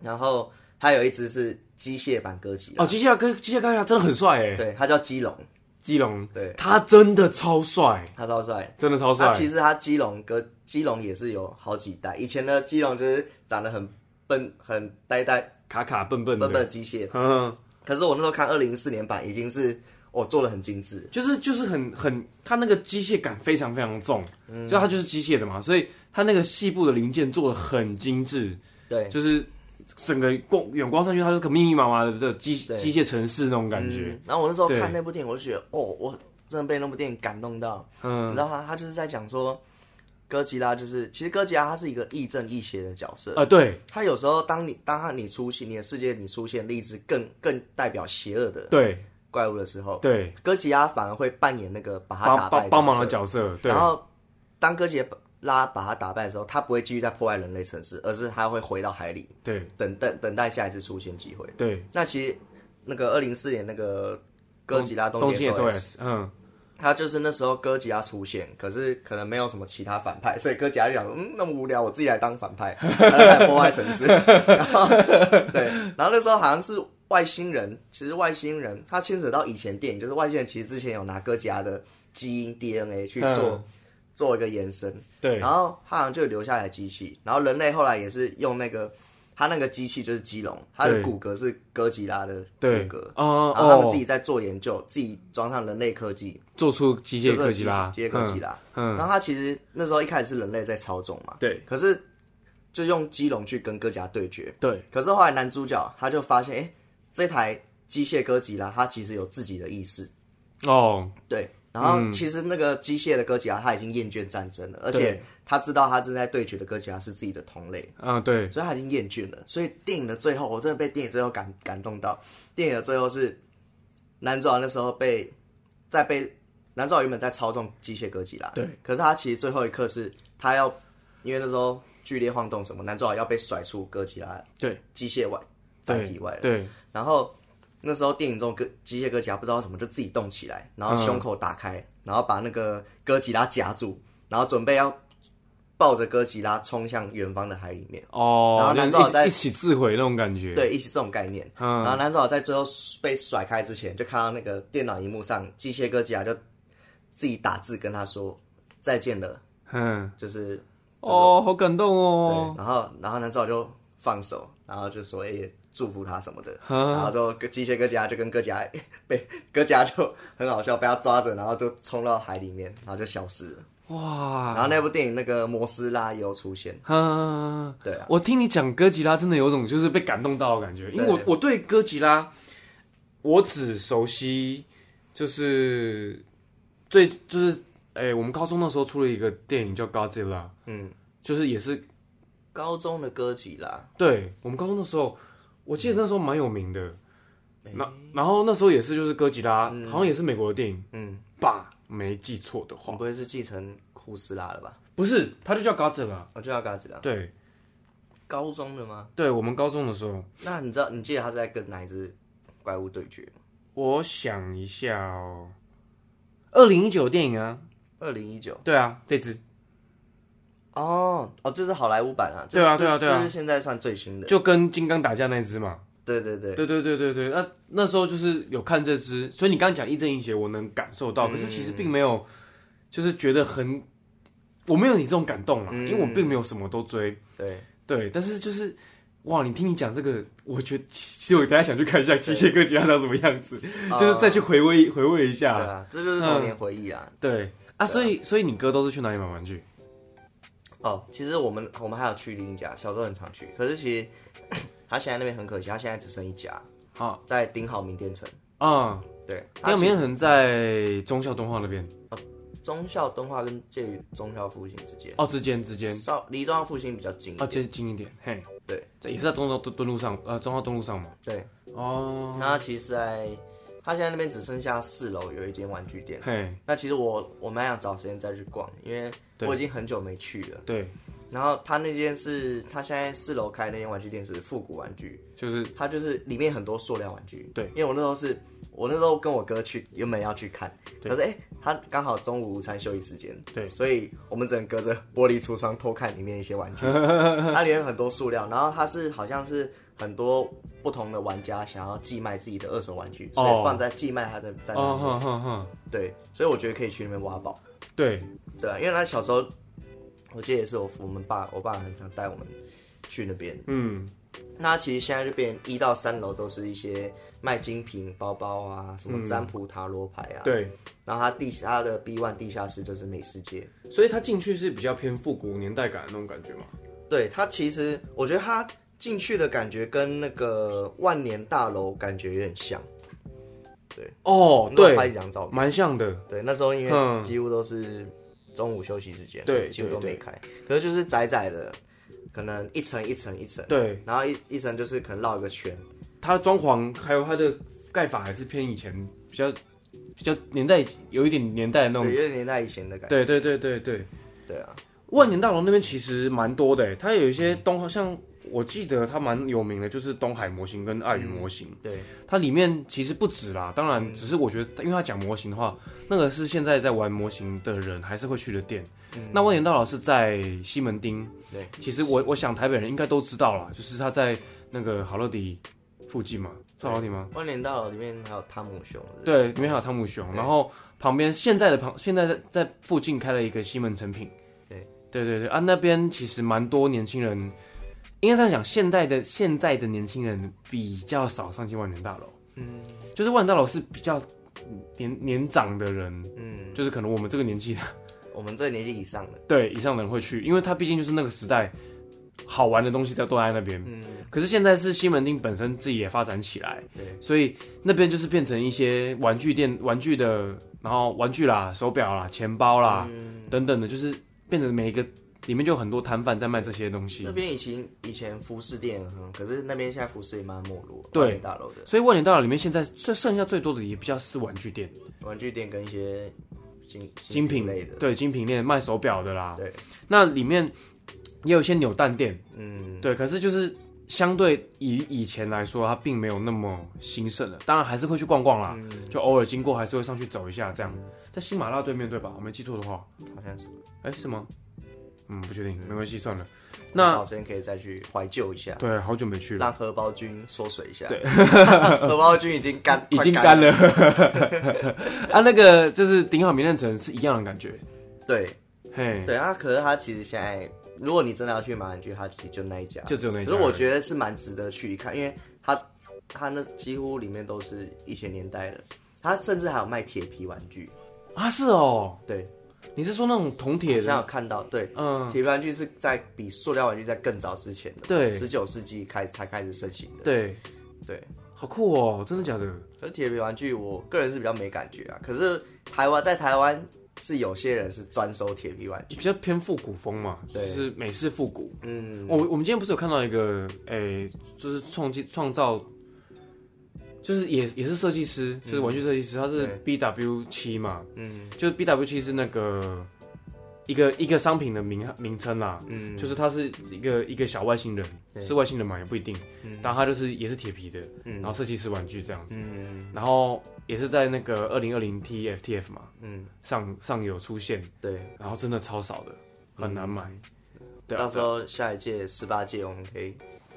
[SPEAKER 2] 然后还有一只是机啊械版哥吉拉，
[SPEAKER 3] 哦，机械哥，机械哥真的很帅哎，
[SPEAKER 2] 对，他叫基隆，
[SPEAKER 3] 基隆，
[SPEAKER 2] 对
[SPEAKER 3] 他真的超帅，
[SPEAKER 2] 他超帅。
[SPEAKER 3] 真的超帅
[SPEAKER 2] 他，其实他基隆哥基隆也是有好几代，以前的基隆就是长得很笨、很呆呆、
[SPEAKER 3] 卡卡笨笨
[SPEAKER 2] 笨
[SPEAKER 3] 的，
[SPEAKER 2] 笨机械。
[SPEAKER 3] 嗯，
[SPEAKER 2] 可是我那时候看二零零四年版，已经是我、哦做的很精致，
[SPEAKER 3] 就是就是很很，他那个机械感非常非常重，
[SPEAKER 2] 嗯
[SPEAKER 3] 就他就是机械的嘛，所以他那个细部的零件做的很精致，
[SPEAKER 2] 对，
[SPEAKER 3] 就是整个光远光上去，它就是个密密麻麻的的机
[SPEAKER 2] 对
[SPEAKER 3] 机械城市那种感觉，
[SPEAKER 2] 嗯然后我那时候
[SPEAKER 3] 对
[SPEAKER 2] 看那部电影，我就觉得，哦，我真的被那部电影感动到。你
[SPEAKER 3] 嗯，
[SPEAKER 2] 知道他他就是在讲说，哥吉拉就是，其实哥吉拉他是一个亦正亦邪的角色。
[SPEAKER 3] 啊对
[SPEAKER 2] 他有时候当你当他你出现你的世界里出现另一只更更代表邪恶的
[SPEAKER 3] 对
[SPEAKER 2] 怪物的时候，
[SPEAKER 3] 对，
[SPEAKER 2] 哥吉拉反而会扮演那个哦把他打
[SPEAKER 3] 帮
[SPEAKER 2] 败的
[SPEAKER 3] 帮帮忙
[SPEAKER 2] 角
[SPEAKER 3] 的
[SPEAKER 2] 色
[SPEAKER 3] 角色，对
[SPEAKER 2] 然后当哥吉拉把他打败的时候，他不会继续再破坏人类城市，而是他会回到海里，
[SPEAKER 3] 对
[SPEAKER 2] 等等等待下一次出现机会。
[SPEAKER 3] 对，
[SPEAKER 2] 那其实那个二零四年那个哥吉拉
[SPEAKER 3] 东
[SPEAKER 2] 东京 SOS，
[SPEAKER 3] SOS，嗯，
[SPEAKER 2] 他就是那时候哥吉拉出现，可是可能没有什么其他反派，所以哥吉拉就想说，嗯，那么无聊，我自己来当反派，他就来破坏城市。然后对，然后那时候好像是外星人，其实外星人他牵扯到以前电影，就是外星人其实之前有拿哥吉拉的基因 DNA 去做、
[SPEAKER 3] 嗯
[SPEAKER 2] 做一个延伸，
[SPEAKER 3] 对
[SPEAKER 2] 然后他好像就留下来机器，然后人类后来也是用那个他那个机器就是基隆，他
[SPEAKER 3] 对
[SPEAKER 2] 的骨骼是哥吉拉的骨
[SPEAKER 3] 对
[SPEAKER 2] 骼，
[SPEAKER 3] 哦
[SPEAKER 2] 然后他们
[SPEAKER 3] 哦
[SPEAKER 2] 自己在做研究，自己装上人类科技，
[SPEAKER 3] 做出机械
[SPEAKER 2] 就是
[SPEAKER 3] 科技啦，
[SPEAKER 2] 机械哥吉拉。
[SPEAKER 3] 嗯，嗯，
[SPEAKER 2] 然后他其实那时候一开始是人类在操纵嘛，
[SPEAKER 3] 对
[SPEAKER 2] 可是就用基隆去跟哥吉拉对决，
[SPEAKER 3] 对
[SPEAKER 2] 可是后来男主角他就发现，哎，这台机械哥吉拉它其实有自己的意识，
[SPEAKER 3] 哦，
[SPEAKER 2] 对。然后其实那个机械的哥吉拉他已经厌倦战争了，而且
[SPEAKER 3] 对
[SPEAKER 2] 他知道他正在对决的哥吉拉是自己的同类，
[SPEAKER 3] 嗯，对，
[SPEAKER 2] 所以他已经厌倦了。所以电影的最后，我真的被电影最后感感动到。电影的最后是男主角那时候被在被男主角原本在操纵机械哥吉拉，
[SPEAKER 3] 对，
[SPEAKER 2] 可是他其实最后一刻是他要因为那时候剧烈晃动什么，男主角要被甩出哥吉拉
[SPEAKER 3] 对
[SPEAKER 2] 机械外载体外了，
[SPEAKER 3] 对
[SPEAKER 2] 然后。那时候电影中哥机械哥吉拉不知道什么就自己动起来，
[SPEAKER 3] 嗯
[SPEAKER 2] 然后胸口打开，然后把那个哥吉拉夹住，然后准备要抱着哥吉拉冲向远方的海里面。
[SPEAKER 3] 哦，
[SPEAKER 2] 然后男主角
[SPEAKER 3] 就是一
[SPEAKER 2] 在
[SPEAKER 3] 一起自毁那种感觉，
[SPEAKER 2] 对，一起这种概念。
[SPEAKER 3] 嗯
[SPEAKER 2] 然后男主角在最后被甩开之前，就看到那个电脑荧幕上机械哥吉拉就自己打字跟他说再见了，
[SPEAKER 3] 嗯，
[SPEAKER 2] 就是
[SPEAKER 3] 哦，好感动
[SPEAKER 2] 对
[SPEAKER 3] 哦，，
[SPEAKER 2] 然后然后男主角就放手，然后就说哎、祝福他什么的。然后之后机械哥吉拉就跟哥吉拉 *laughs* 被哥吉拉就很好笑，被他抓着，然后就冲到海里面，然后就消失了。
[SPEAKER 3] 哇，
[SPEAKER 2] 然后那部电影那个摩斯拉也有出现，
[SPEAKER 3] 哈，
[SPEAKER 2] 对啊，
[SPEAKER 3] 我听你讲哥吉拉，真的有种就是被感动到的感觉，因为我我对哥吉拉，我只熟悉就是最就是哎、我们高中那时候出了一个电影叫《Godzilla》，
[SPEAKER 2] 嗯，
[SPEAKER 3] 就是也是
[SPEAKER 2] 高中的哥吉拉，
[SPEAKER 3] 对我们高中那时候，我记得那时候蛮有名的，那然后那时候也是就是哥吉拉，好像也是美国的电影
[SPEAKER 2] 嗯，
[SPEAKER 3] 吧，没记错的话
[SPEAKER 2] 你，不会是继承库斯拉了吧？
[SPEAKER 3] 不是，它就叫 Godzilla，
[SPEAKER 2] 我就要哥吉拉，
[SPEAKER 3] 对
[SPEAKER 2] 高中的吗？
[SPEAKER 3] 对，我们高中的时候。
[SPEAKER 2] 那你知道你记得他是在跟哪一只怪物对决吗？
[SPEAKER 3] 我想一下哦，二零一九电影啊，
[SPEAKER 2] 二零一九
[SPEAKER 3] 对啊，这支
[SPEAKER 2] 哦哦，这是好莱坞版啊，这
[SPEAKER 3] 对啊
[SPEAKER 2] 这
[SPEAKER 3] 对啊对啊
[SPEAKER 2] 这是现在算最新的，
[SPEAKER 3] 就跟金刚打架那支嘛，
[SPEAKER 2] 对对对，
[SPEAKER 3] 对对对对对，那那时候就是有看这支，所以你刚刚讲一正一邪，我能感受
[SPEAKER 2] 嗯
[SPEAKER 3] 到，可是其实并没有，就是觉得很，我没有你这种感动啦，
[SPEAKER 2] 嗯
[SPEAKER 3] 因为我并没有什么都追， *laughs*
[SPEAKER 2] 对，
[SPEAKER 3] 对，但是就是哇，你听你讲这个，我觉得其其实我等一下想去看一下机械哥吉拉长什么样子，
[SPEAKER 2] 啊
[SPEAKER 3] 就是再去回味回味一
[SPEAKER 2] 哦对
[SPEAKER 3] 下，嗯
[SPEAKER 2] 啊，这就是童年回忆啊。
[SPEAKER 3] 对啊，所以所以你哥都是去哪里买玩具？
[SPEAKER 2] 哦，其实我们我们还有去另一家，小时候很常去，可是其实 *clears throat* 他现在那边很可惜，他现在只剩一家，
[SPEAKER 3] 好，
[SPEAKER 2] 在鼎好名店城。
[SPEAKER 3] 嗯。
[SPEAKER 2] 对，
[SPEAKER 3] 那
[SPEAKER 2] 他
[SPEAKER 3] 个明恒在中校动画那边
[SPEAKER 2] 中校动画跟介于中校复兴之间，
[SPEAKER 3] 哦，之间之间
[SPEAKER 2] 稍离中校复兴比较近一
[SPEAKER 3] 哦，
[SPEAKER 2] 点。
[SPEAKER 3] 接近一点，嘿，
[SPEAKER 2] 对
[SPEAKER 3] 这也是在中校敦路上，呃，中校东路上嘛。
[SPEAKER 2] 对，
[SPEAKER 3] 哦，
[SPEAKER 2] 那其实在他现在那边只剩下四楼有一间玩具店。
[SPEAKER 3] 嘿，
[SPEAKER 2] 那其实我我蛮想找时间再去逛，因为我已经很久没去了。
[SPEAKER 3] 对，
[SPEAKER 2] 然后他那间是他现在四楼开那间玩具店是复古玩具，
[SPEAKER 3] 就是
[SPEAKER 2] 它就是里面很多塑料玩具。
[SPEAKER 3] 对，
[SPEAKER 2] 因为我那时候是我那时候跟我哥去，原本要去看，可是哎、诶他刚好中午午餐休息时间，
[SPEAKER 3] 对
[SPEAKER 2] 所以我们只能隔着玻璃橱窗偷看里面一些玩
[SPEAKER 3] *laughs*
[SPEAKER 2] 具。它里面很多塑料，然后它是好像是很多不同的玩家想要寄卖自己的二手玩具，所
[SPEAKER 3] 哦
[SPEAKER 2] 以放在寄卖他的在那
[SPEAKER 3] 哦，
[SPEAKER 2] 里。
[SPEAKER 3] 哼哼哼，
[SPEAKER 2] 对，所以我觉得可以去那边挖宝。
[SPEAKER 3] 对，
[SPEAKER 2] 对啊，因为他小时候，我记得也是我我们爸，我爸很常带我们去那边。
[SPEAKER 3] 嗯，
[SPEAKER 2] 那它其实现在就变一到三楼都是一些卖精品包包啊，什么占卜塔罗牌啊。。
[SPEAKER 3] 对，
[SPEAKER 2] 然后它地它的 B One 地下室就是美食街。
[SPEAKER 3] 所以他进去是比较偏复古年代感的那种感觉嘛。
[SPEAKER 2] 对它其实，我觉得它进去的感觉跟那个万年大楼感觉有点像。
[SPEAKER 3] 哦
[SPEAKER 2] 我，们有拍
[SPEAKER 3] 对，
[SPEAKER 2] 几张照片。
[SPEAKER 3] 蛮像的，
[SPEAKER 2] 对，那时候因
[SPEAKER 3] 嗯
[SPEAKER 2] 为几乎都是中午休息时间，
[SPEAKER 3] 对
[SPEAKER 2] 所以几乎都
[SPEAKER 3] 对
[SPEAKER 2] 没开。可是就是窄窄的，可能一层一层一层，
[SPEAKER 3] 对，
[SPEAKER 2] 然后一一层就是可能绕一个圈。
[SPEAKER 3] 它的装潢还有它的盖法还是偏以前比较比较年代有一点年代的那
[SPEAKER 2] 对，
[SPEAKER 3] 种，
[SPEAKER 2] 有点年代以前的感觉。
[SPEAKER 3] 对对对对对。
[SPEAKER 2] 对啊，
[SPEAKER 3] 万年大楼那边其实蛮多的欸，它有一些东，像我记得它蛮有名的，就是东海模型跟爱鱼模型。
[SPEAKER 2] 对，
[SPEAKER 3] 它里面其实不止啦，当然，只是我觉得，因为它讲模型的话，那个是现在在玩模型的人还是会去的店。那万年大楼是在西门町，
[SPEAKER 2] 对，
[SPEAKER 3] 其实我我想台北人应该都知道啦，就是它在那个好乐迪附近嘛，在好乐迪吗？
[SPEAKER 2] 万年大楼里面还有汤姆熊，
[SPEAKER 3] 对，里面还有汤姆熊，然后旁边现在的旁现在在在附近开了一个西门成品。
[SPEAKER 2] 对
[SPEAKER 3] 对对对啊，那边其实蛮多年轻人，应该这样讲，现代的现在的年轻人比较少上进万年大楼。嗯，就是万年大楼是比较年年长的人，
[SPEAKER 2] 嗯，
[SPEAKER 3] 就是可能我们这个年纪的
[SPEAKER 2] 我们这个年纪以上的，
[SPEAKER 3] 对以上的人会去，因为它毕竟就是那个时代好玩的东西在都在那边。
[SPEAKER 2] 嗯，
[SPEAKER 3] 可是现在是西门町本身自己也发展起来，
[SPEAKER 2] 对，
[SPEAKER 3] 所以那边就是变成一些玩具店、玩具的，然后玩具啦、手表啦、钱包啦、
[SPEAKER 2] 嗯，
[SPEAKER 3] 等等的，就是变成每一个里面就有很多摊贩在卖这些东西
[SPEAKER 2] 那。边以前以前服饰店很好，可是那边现在服饰也蛮没落，
[SPEAKER 3] 对
[SPEAKER 2] 万年大楼的
[SPEAKER 3] 所以万年大楼里面现在最剩下最多的也比较是玩具店、
[SPEAKER 2] 玩具店跟一些精
[SPEAKER 3] 精品
[SPEAKER 2] 类的，
[SPEAKER 3] 对精品店卖手表的啦。
[SPEAKER 2] 对，
[SPEAKER 3] 那里面也有一些扭蛋店，
[SPEAKER 2] 嗯，
[SPEAKER 3] 对，可是就是相对以以前来说，它并没有那么兴盛了。当然还是会去逛逛啦，
[SPEAKER 2] 嗯
[SPEAKER 3] 就偶尔经过还是会上去走一下这样。在新马拉对面对吧？我没记错的话。
[SPEAKER 2] 好像是。
[SPEAKER 3] 哎、是吗？嗯，不确定，没关系，算了。
[SPEAKER 2] 找
[SPEAKER 3] 那
[SPEAKER 2] 时间可以再去怀旧一下，
[SPEAKER 3] 对，好久没去了，
[SPEAKER 2] 让荷包君缩水一下。
[SPEAKER 3] 对，
[SPEAKER 2] *laughs* 荷包君已经干，
[SPEAKER 3] 已经
[SPEAKER 2] 快
[SPEAKER 3] 干
[SPEAKER 2] 了。
[SPEAKER 3] 了。 *laughs* 啊，那个就是顶好名认城是一样的感觉，
[SPEAKER 2] 对
[SPEAKER 3] 嘿，
[SPEAKER 2] 对啊，可是他其实现在，如果你真的要去买玩具，他其实就那一家。
[SPEAKER 3] 就只有那一
[SPEAKER 2] 可
[SPEAKER 3] 家。
[SPEAKER 2] 是我觉得是蛮值得去一看，因为它它那几乎里面都是一些年代的，它甚至还有卖铁皮玩具，
[SPEAKER 3] 啊，是哦，
[SPEAKER 2] 对，
[SPEAKER 3] 你是说那种铜铁
[SPEAKER 2] 好像
[SPEAKER 3] 的？
[SPEAKER 2] 有看到，对，
[SPEAKER 3] 嗯，
[SPEAKER 2] 铁皮玩具是在比塑料玩具在更早之前的，
[SPEAKER 3] 对
[SPEAKER 2] 十九世纪开才开始盛行的，
[SPEAKER 3] 对，
[SPEAKER 2] 对。
[SPEAKER 3] 好酷哦，真的假的？
[SPEAKER 2] 可是铁皮玩具，我个人是比较没感觉啊。可是台湾在台湾是有些人是专收铁皮玩具
[SPEAKER 3] 比，较偏复古风嘛，就
[SPEAKER 2] 对
[SPEAKER 3] 是美式复古。
[SPEAKER 2] 嗯，
[SPEAKER 3] 我我们今天不是有看到一个，诶、就是创建创造，就是也也是设计师，就是玩具设计师，他是 B W 七嘛，嗯，就是 B W 七是那个一个一个商品的名名称啦，嗯，就是他是一个一个小外星人，是外星人嘛也不一定，但他就是也是铁皮的，然后设计师玩具这样子，嗯，然后也是在那个二零二零 T F T F 嘛，嗯，上上有出现，
[SPEAKER 2] 对。
[SPEAKER 3] 然后真的超少的，很难买，对啊
[SPEAKER 2] 到时候下一届十八届我们可以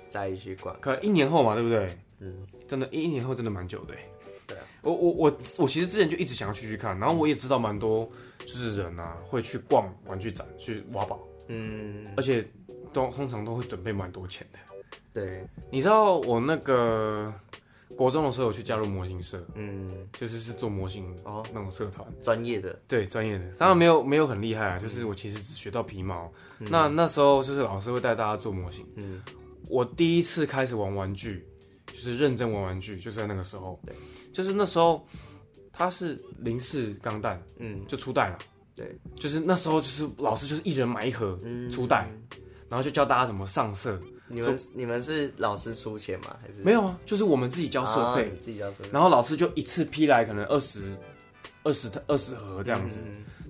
[SPEAKER 2] 再一起逛。
[SPEAKER 3] 可一年后嘛，对不对？嗯，真的，一一年后真的蛮久的欸。
[SPEAKER 2] 对啊嗯
[SPEAKER 3] 我我我我其实之前就一直想要去去看，然后我也知道蛮多就是人啊会去逛玩具展去挖宝，
[SPEAKER 2] 嗯，
[SPEAKER 3] 而且都通常都会准备蛮多钱的。
[SPEAKER 2] 对，
[SPEAKER 3] 你知道我那个国中的时候有去加入模型社，
[SPEAKER 2] 嗯，
[SPEAKER 3] 就是是做模型
[SPEAKER 2] 哦
[SPEAKER 3] 那种社团。
[SPEAKER 2] 专业的，
[SPEAKER 3] 对，专业的，当然没有没有很厉害啊，就是我其实只学到皮毛。那那时候就是老师会带大家做模型，
[SPEAKER 2] 嗯，
[SPEAKER 3] 我第一次开始玩玩具，就是认真玩玩具，就是在那个时候，就是那时候他是零式钢弹
[SPEAKER 2] 嗯，
[SPEAKER 3] 就出袋了，
[SPEAKER 2] 对，
[SPEAKER 3] 就是那时候就是老师就是一人买一盒出袋，然后就教大家怎么上色，
[SPEAKER 2] 嗯你们你们是老师出钱吗？还是
[SPEAKER 3] 没有啊，就是我们自己交社
[SPEAKER 2] 啊
[SPEAKER 3] 费，
[SPEAKER 2] 你自己交社费，
[SPEAKER 3] 然后老师就一次批来可能二十、二十、二十盒这样
[SPEAKER 2] 嗯
[SPEAKER 3] 子，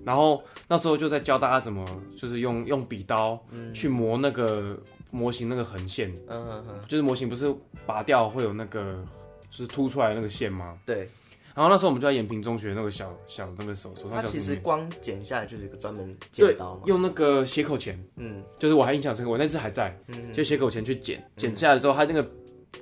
[SPEAKER 3] 然后那时候就在教大家怎么就是用用笔刀去磨那个模型那个横线，
[SPEAKER 2] 嗯哼哼，
[SPEAKER 3] 就是模型不是拔掉会有那个就是凸出来的那个线吗？
[SPEAKER 2] 对，
[SPEAKER 3] 然后那时候我们就在延平中学那个小小那个手手
[SPEAKER 2] 它
[SPEAKER 3] 上小
[SPEAKER 2] 其
[SPEAKER 3] 什
[SPEAKER 2] 实
[SPEAKER 3] 么
[SPEAKER 2] 光剪下来就是一个专门
[SPEAKER 3] 对
[SPEAKER 2] 剪刀嘛，
[SPEAKER 3] 用那个斜口钳，
[SPEAKER 2] 嗯
[SPEAKER 3] 就是我还印象深刻，我那只还在，就斜口钳去剪，剪下来之后它那个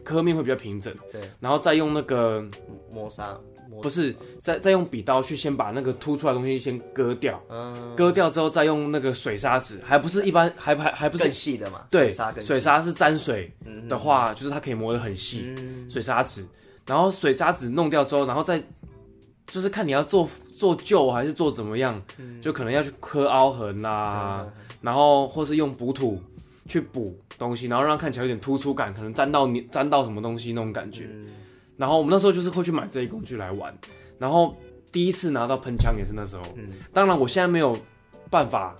[SPEAKER 3] 刻面会比较平整，
[SPEAKER 2] 对，
[SPEAKER 3] 然后再用那个
[SPEAKER 2] 磨砂磨，
[SPEAKER 3] 不是再再用笔刀去先把那个凸出来的东西先割掉，
[SPEAKER 2] 嗯，
[SPEAKER 3] 割掉之后再用那个水砂纸，还不是一般，还还还不是
[SPEAKER 2] 更细的嘛，
[SPEAKER 3] 对
[SPEAKER 2] 砂更细
[SPEAKER 3] 水砂是沾水的话，就是它可以磨得很细，水砂纸，然后水砂纸弄掉之后，然后再就是看你要做做旧还是做怎么样，就可能要去刻凹痕啦、
[SPEAKER 2] 嗯
[SPEAKER 3] 然后或是用补土去补东西，然后让它看起来有点突出感，可能沾到你沾到什么东西那种感觉。然后我们那时候就是会去买这些工具来玩，然后第一次拿到喷枪也是那时候。当然我现在没有办法，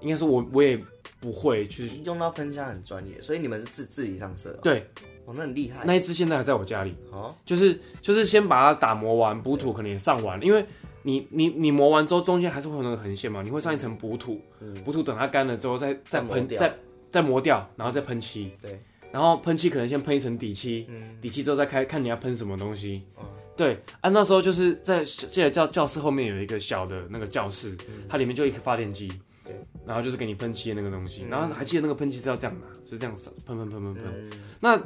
[SPEAKER 3] 应该说我我也不会去。
[SPEAKER 2] 用到喷枪很专业，所以你们是自自己上色哦，
[SPEAKER 3] 对，
[SPEAKER 2] 哦，那很厉害
[SPEAKER 3] 那一只现在还在我家里，
[SPEAKER 2] 哦，
[SPEAKER 3] 就是就是先把它打磨完，补土可能也上完，因为你你你磨完之后中间还是会有那个横线嘛，你会上一层补土，补土等它干了之后再
[SPEAKER 2] 嗯再磨
[SPEAKER 3] 喷
[SPEAKER 2] 掉
[SPEAKER 3] 再再磨掉，然后再喷漆，
[SPEAKER 2] 对，
[SPEAKER 3] 然后喷漆可能先喷一层底漆，
[SPEAKER 2] 嗯
[SPEAKER 3] 底漆之后再开看你要喷什么东西。对啊，那时候就是在记得教教室后面有一个小的那个教室，它里面就一个发电机，
[SPEAKER 2] 嗯对，嗯
[SPEAKER 3] 然后就是给你喷漆的那个东西，然后还记得那个喷漆是要这样拿，就是这样喷喷喷喷喷。
[SPEAKER 2] 嗯
[SPEAKER 3] 那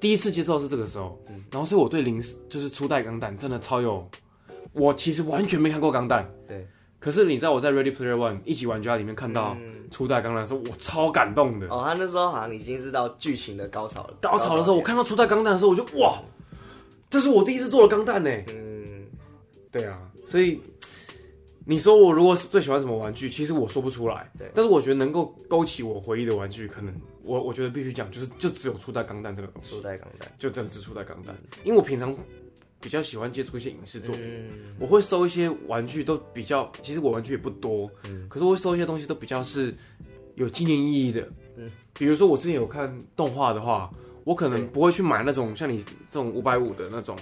[SPEAKER 3] 第一次接触到是这个时候，然后所以我对零就是初代钢弹真的超有，我其实完全没看过钢弹，
[SPEAKER 2] 对，
[SPEAKER 3] 可是你知道我在 Ready Player One 一级玩家里面看到初代钢弹的时候，我超感动的。
[SPEAKER 2] 哦，他那时候好像已经是到剧情的高潮了。
[SPEAKER 3] 高潮的时候，我
[SPEAKER 2] 点，
[SPEAKER 3] 看到初代钢弹的时候，我就哇，这是我第一次做的钢弹呢。
[SPEAKER 2] 嗯，
[SPEAKER 3] 对啊，所以你说我如果是最喜欢什么玩具，其实我说不出来。
[SPEAKER 2] 对
[SPEAKER 3] 但是我觉得能够勾起我回忆的玩具，可能我我觉得必须讲，就是就只有初代钢弹这个东
[SPEAKER 2] 初
[SPEAKER 3] 西，
[SPEAKER 2] 代钢弹，
[SPEAKER 3] 就真的是初代钢弹。因为我平常比较喜欢接触一些影视作品，
[SPEAKER 2] 嗯，
[SPEAKER 3] 我会收一些玩具，都比较，其实我玩具也不多，
[SPEAKER 2] 嗯
[SPEAKER 3] 可是我会收一些东西都比较是有纪念意义的，
[SPEAKER 2] 嗯
[SPEAKER 3] 比如说我之前有看动画的话，我可能不会去买那种像你这种五百五的那种，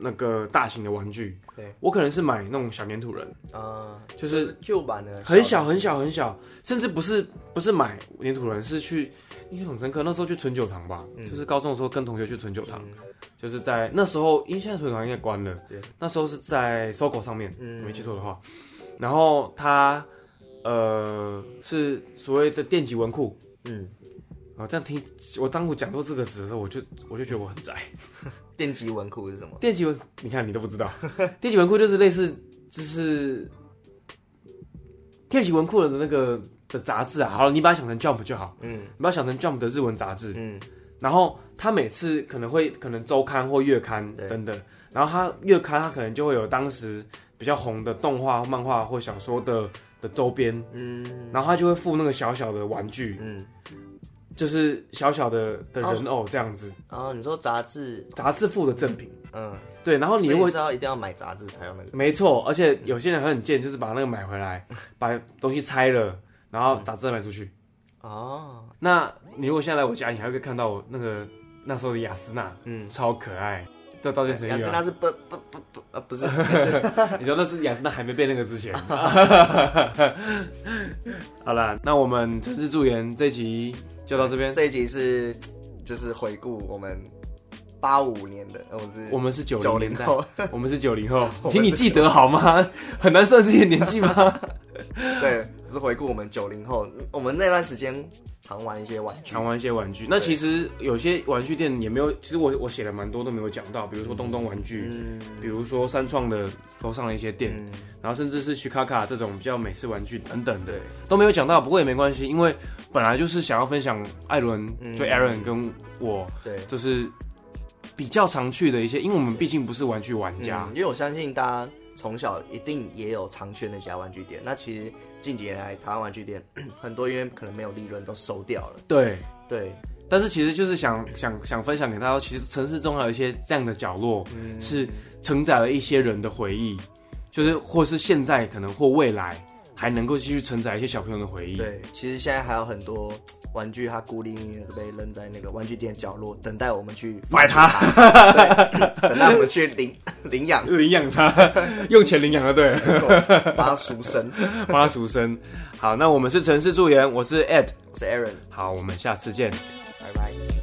[SPEAKER 3] 那个大型的玩具，
[SPEAKER 2] 对，
[SPEAKER 3] 我可能是买那种小粘土人，
[SPEAKER 2] 啊，
[SPEAKER 3] 就
[SPEAKER 2] 就是是 Q 版的，
[SPEAKER 3] 很小很小很小，甚至不是不是买粘土人，是去印象很深刻。那时候去纯酒堂吧，
[SPEAKER 2] 嗯
[SPEAKER 3] 就是高中的时候跟同学去纯酒堂，就是在那时候，因为现在纯酒堂应该关了，
[SPEAKER 2] 对，
[SPEAKER 3] 那时候是在搜狗上面，
[SPEAKER 2] 嗯
[SPEAKER 3] 我没记错的话。然后它呃是所谓的电极文库
[SPEAKER 2] 嗯，
[SPEAKER 3] 啊，这样听我当初讲到这个词的时候，我就我就觉得我很宅。
[SPEAKER 2] 电击文库是什么？
[SPEAKER 3] 电极文，你看你都不知道，电极文库就是类似就是电极文库的那个的杂志啊。好了，你把它想成 Jump 就好，
[SPEAKER 2] 嗯
[SPEAKER 3] 你把它想成 Jump 的日文杂志。
[SPEAKER 2] 嗯，
[SPEAKER 3] 然后他每次可能会可能周刊或月刊
[SPEAKER 2] 对
[SPEAKER 3] 等等，然后他月刊他可能就会有当时比较红的动画、漫画或小说的的周边，
[SPEAKER 2] 嗯
[SPEAKER 3] 然后他就会附那个小小的玩具，
[SPEAKER 2] 嗯，
[SPEAKER 3] 就是小小的的
[SPEAKER 2] 哦
[SPEAKER 3] 人偶这样子，
[SPEAKER 2] 然后你说杂志，
[SPEAKER 3] 杂志附的赠品。
[SPEAKER 2] 嗯，
[SPEAKER 3] 对，然后你
[SPEAKER 2] 所以
[SPEAKER 3] 如果
[SPEAKER 2] 是要一定要买杂志才有那个，
[SPEAKER 3] 没错，而且有些人很贱，就是把那个买回
[SPEAKER 2] *laughs*
[SPEAKER 3] 来，把东西拆了，然后杂志再卖出去。
[SPEAKER 2] 哦，
[SPEAKER 3] 那你如果现在来我家，你还会看到我那个那时候的雅诗娜，
[SPEAKER 2] 嗯，
[SPEAKER 3] 超可爱。这道歉神
[SPEAKER 2] 雅
[SPEAKER 3] 域
[SPEAKER 2] 诗
[SPEAKER 3] 啊，
[SPEAKER 2] 娜是不不不不啊，不是，不是
[SPEAKER 3] 你知道那是雅诗娜还没被那个之
[SPEAKER 2] *laughs*
[SPEAKER 3] 前。 *laughs* 好啦，那我们城市助言这集就到这边。
[SPEAKER 2] 这一集是就是回顾我们八五年的，呃我是
[SPEAKER 3] 我们是九
[SPEAKER 2] 九
[SPEAKER 3] 零
[SPEAKER 2] 零
[SPEAKER 3] 代，
[SPEAKER 2] 后，
[SPEAKER 3] 我们是九零
[SPEAKER 2] *laughs*
[SPEAKER 3] 后，
[SPEAKER 2] 们是
[SPEAKER 3] 请你记得好吗？很难算自己的年纪吗？
[SPEAKER 2] 对，是回顾我们九零后，我们那段时间常玩一些玩具
[SPEAKER 3] 常，玩一些玩具。那其实有些玩具店也没有，其实我我写了蛮多都没有讲到，比如说东东玩具，
[SPEAKER 2] 嗯
[SPEAKER 3] 比如说三创的都上了一些店，
[SPEAKER 2] 嗯，
[SPEAKER 3] 然后甚至是徐卡卡这种比较美式玩具等等的
[SPEAKER 2] 对，
[SPEAKER 3] 都没有讲到。不过也没关系，因为本来就是想要分享艾伦
[SPEAKER 2] 嗯
[SPEAKER 3] 就 Aaron 跟我，
[SPEAKER 2] 对。
[SPEAKER 3] 就是比较常去的一些，因为我们毕竟不是玩具玩家
[SPEAKER 2] 嗯，因为我相信大家从小一定也有常去那家玩具店。那其实近几年来，台湾玩具店很多因为可能没有利润都收掉了。
[SPEAKER 3] 对。
[SPEAKER 2] 对，
[SPEAKER 3] 但是其实就是想想想分享给大家，其实城市中还有一些这样的角落，是承载了一些人的回忆，就是或是现在可能或未来还能够继续承载一些小朋友的回忆。
[SPEAKER 2] 对，其实现在还有很多玩具，它孤零零的被扔在那个玩具店角落，等待我们去
[SPEAKER 3] 买它
[SPEAKER 2] 发掘它，对，等 *laughs* 待我们去领领养，
[SPEAKER 3] 领养他， *laughs* 用钱领养了，对了，*laughs*
[SPEAKER 2] 没错，把它赎身。
[SPEAKER 3] 帮他赎身。好，那我们是城市助言，我是 Ed，
[SPEAKER 2] 我是 Aaron，
[SPEAKER 3] 好，我们下次见。
[SPEAKER 2] 拜拜。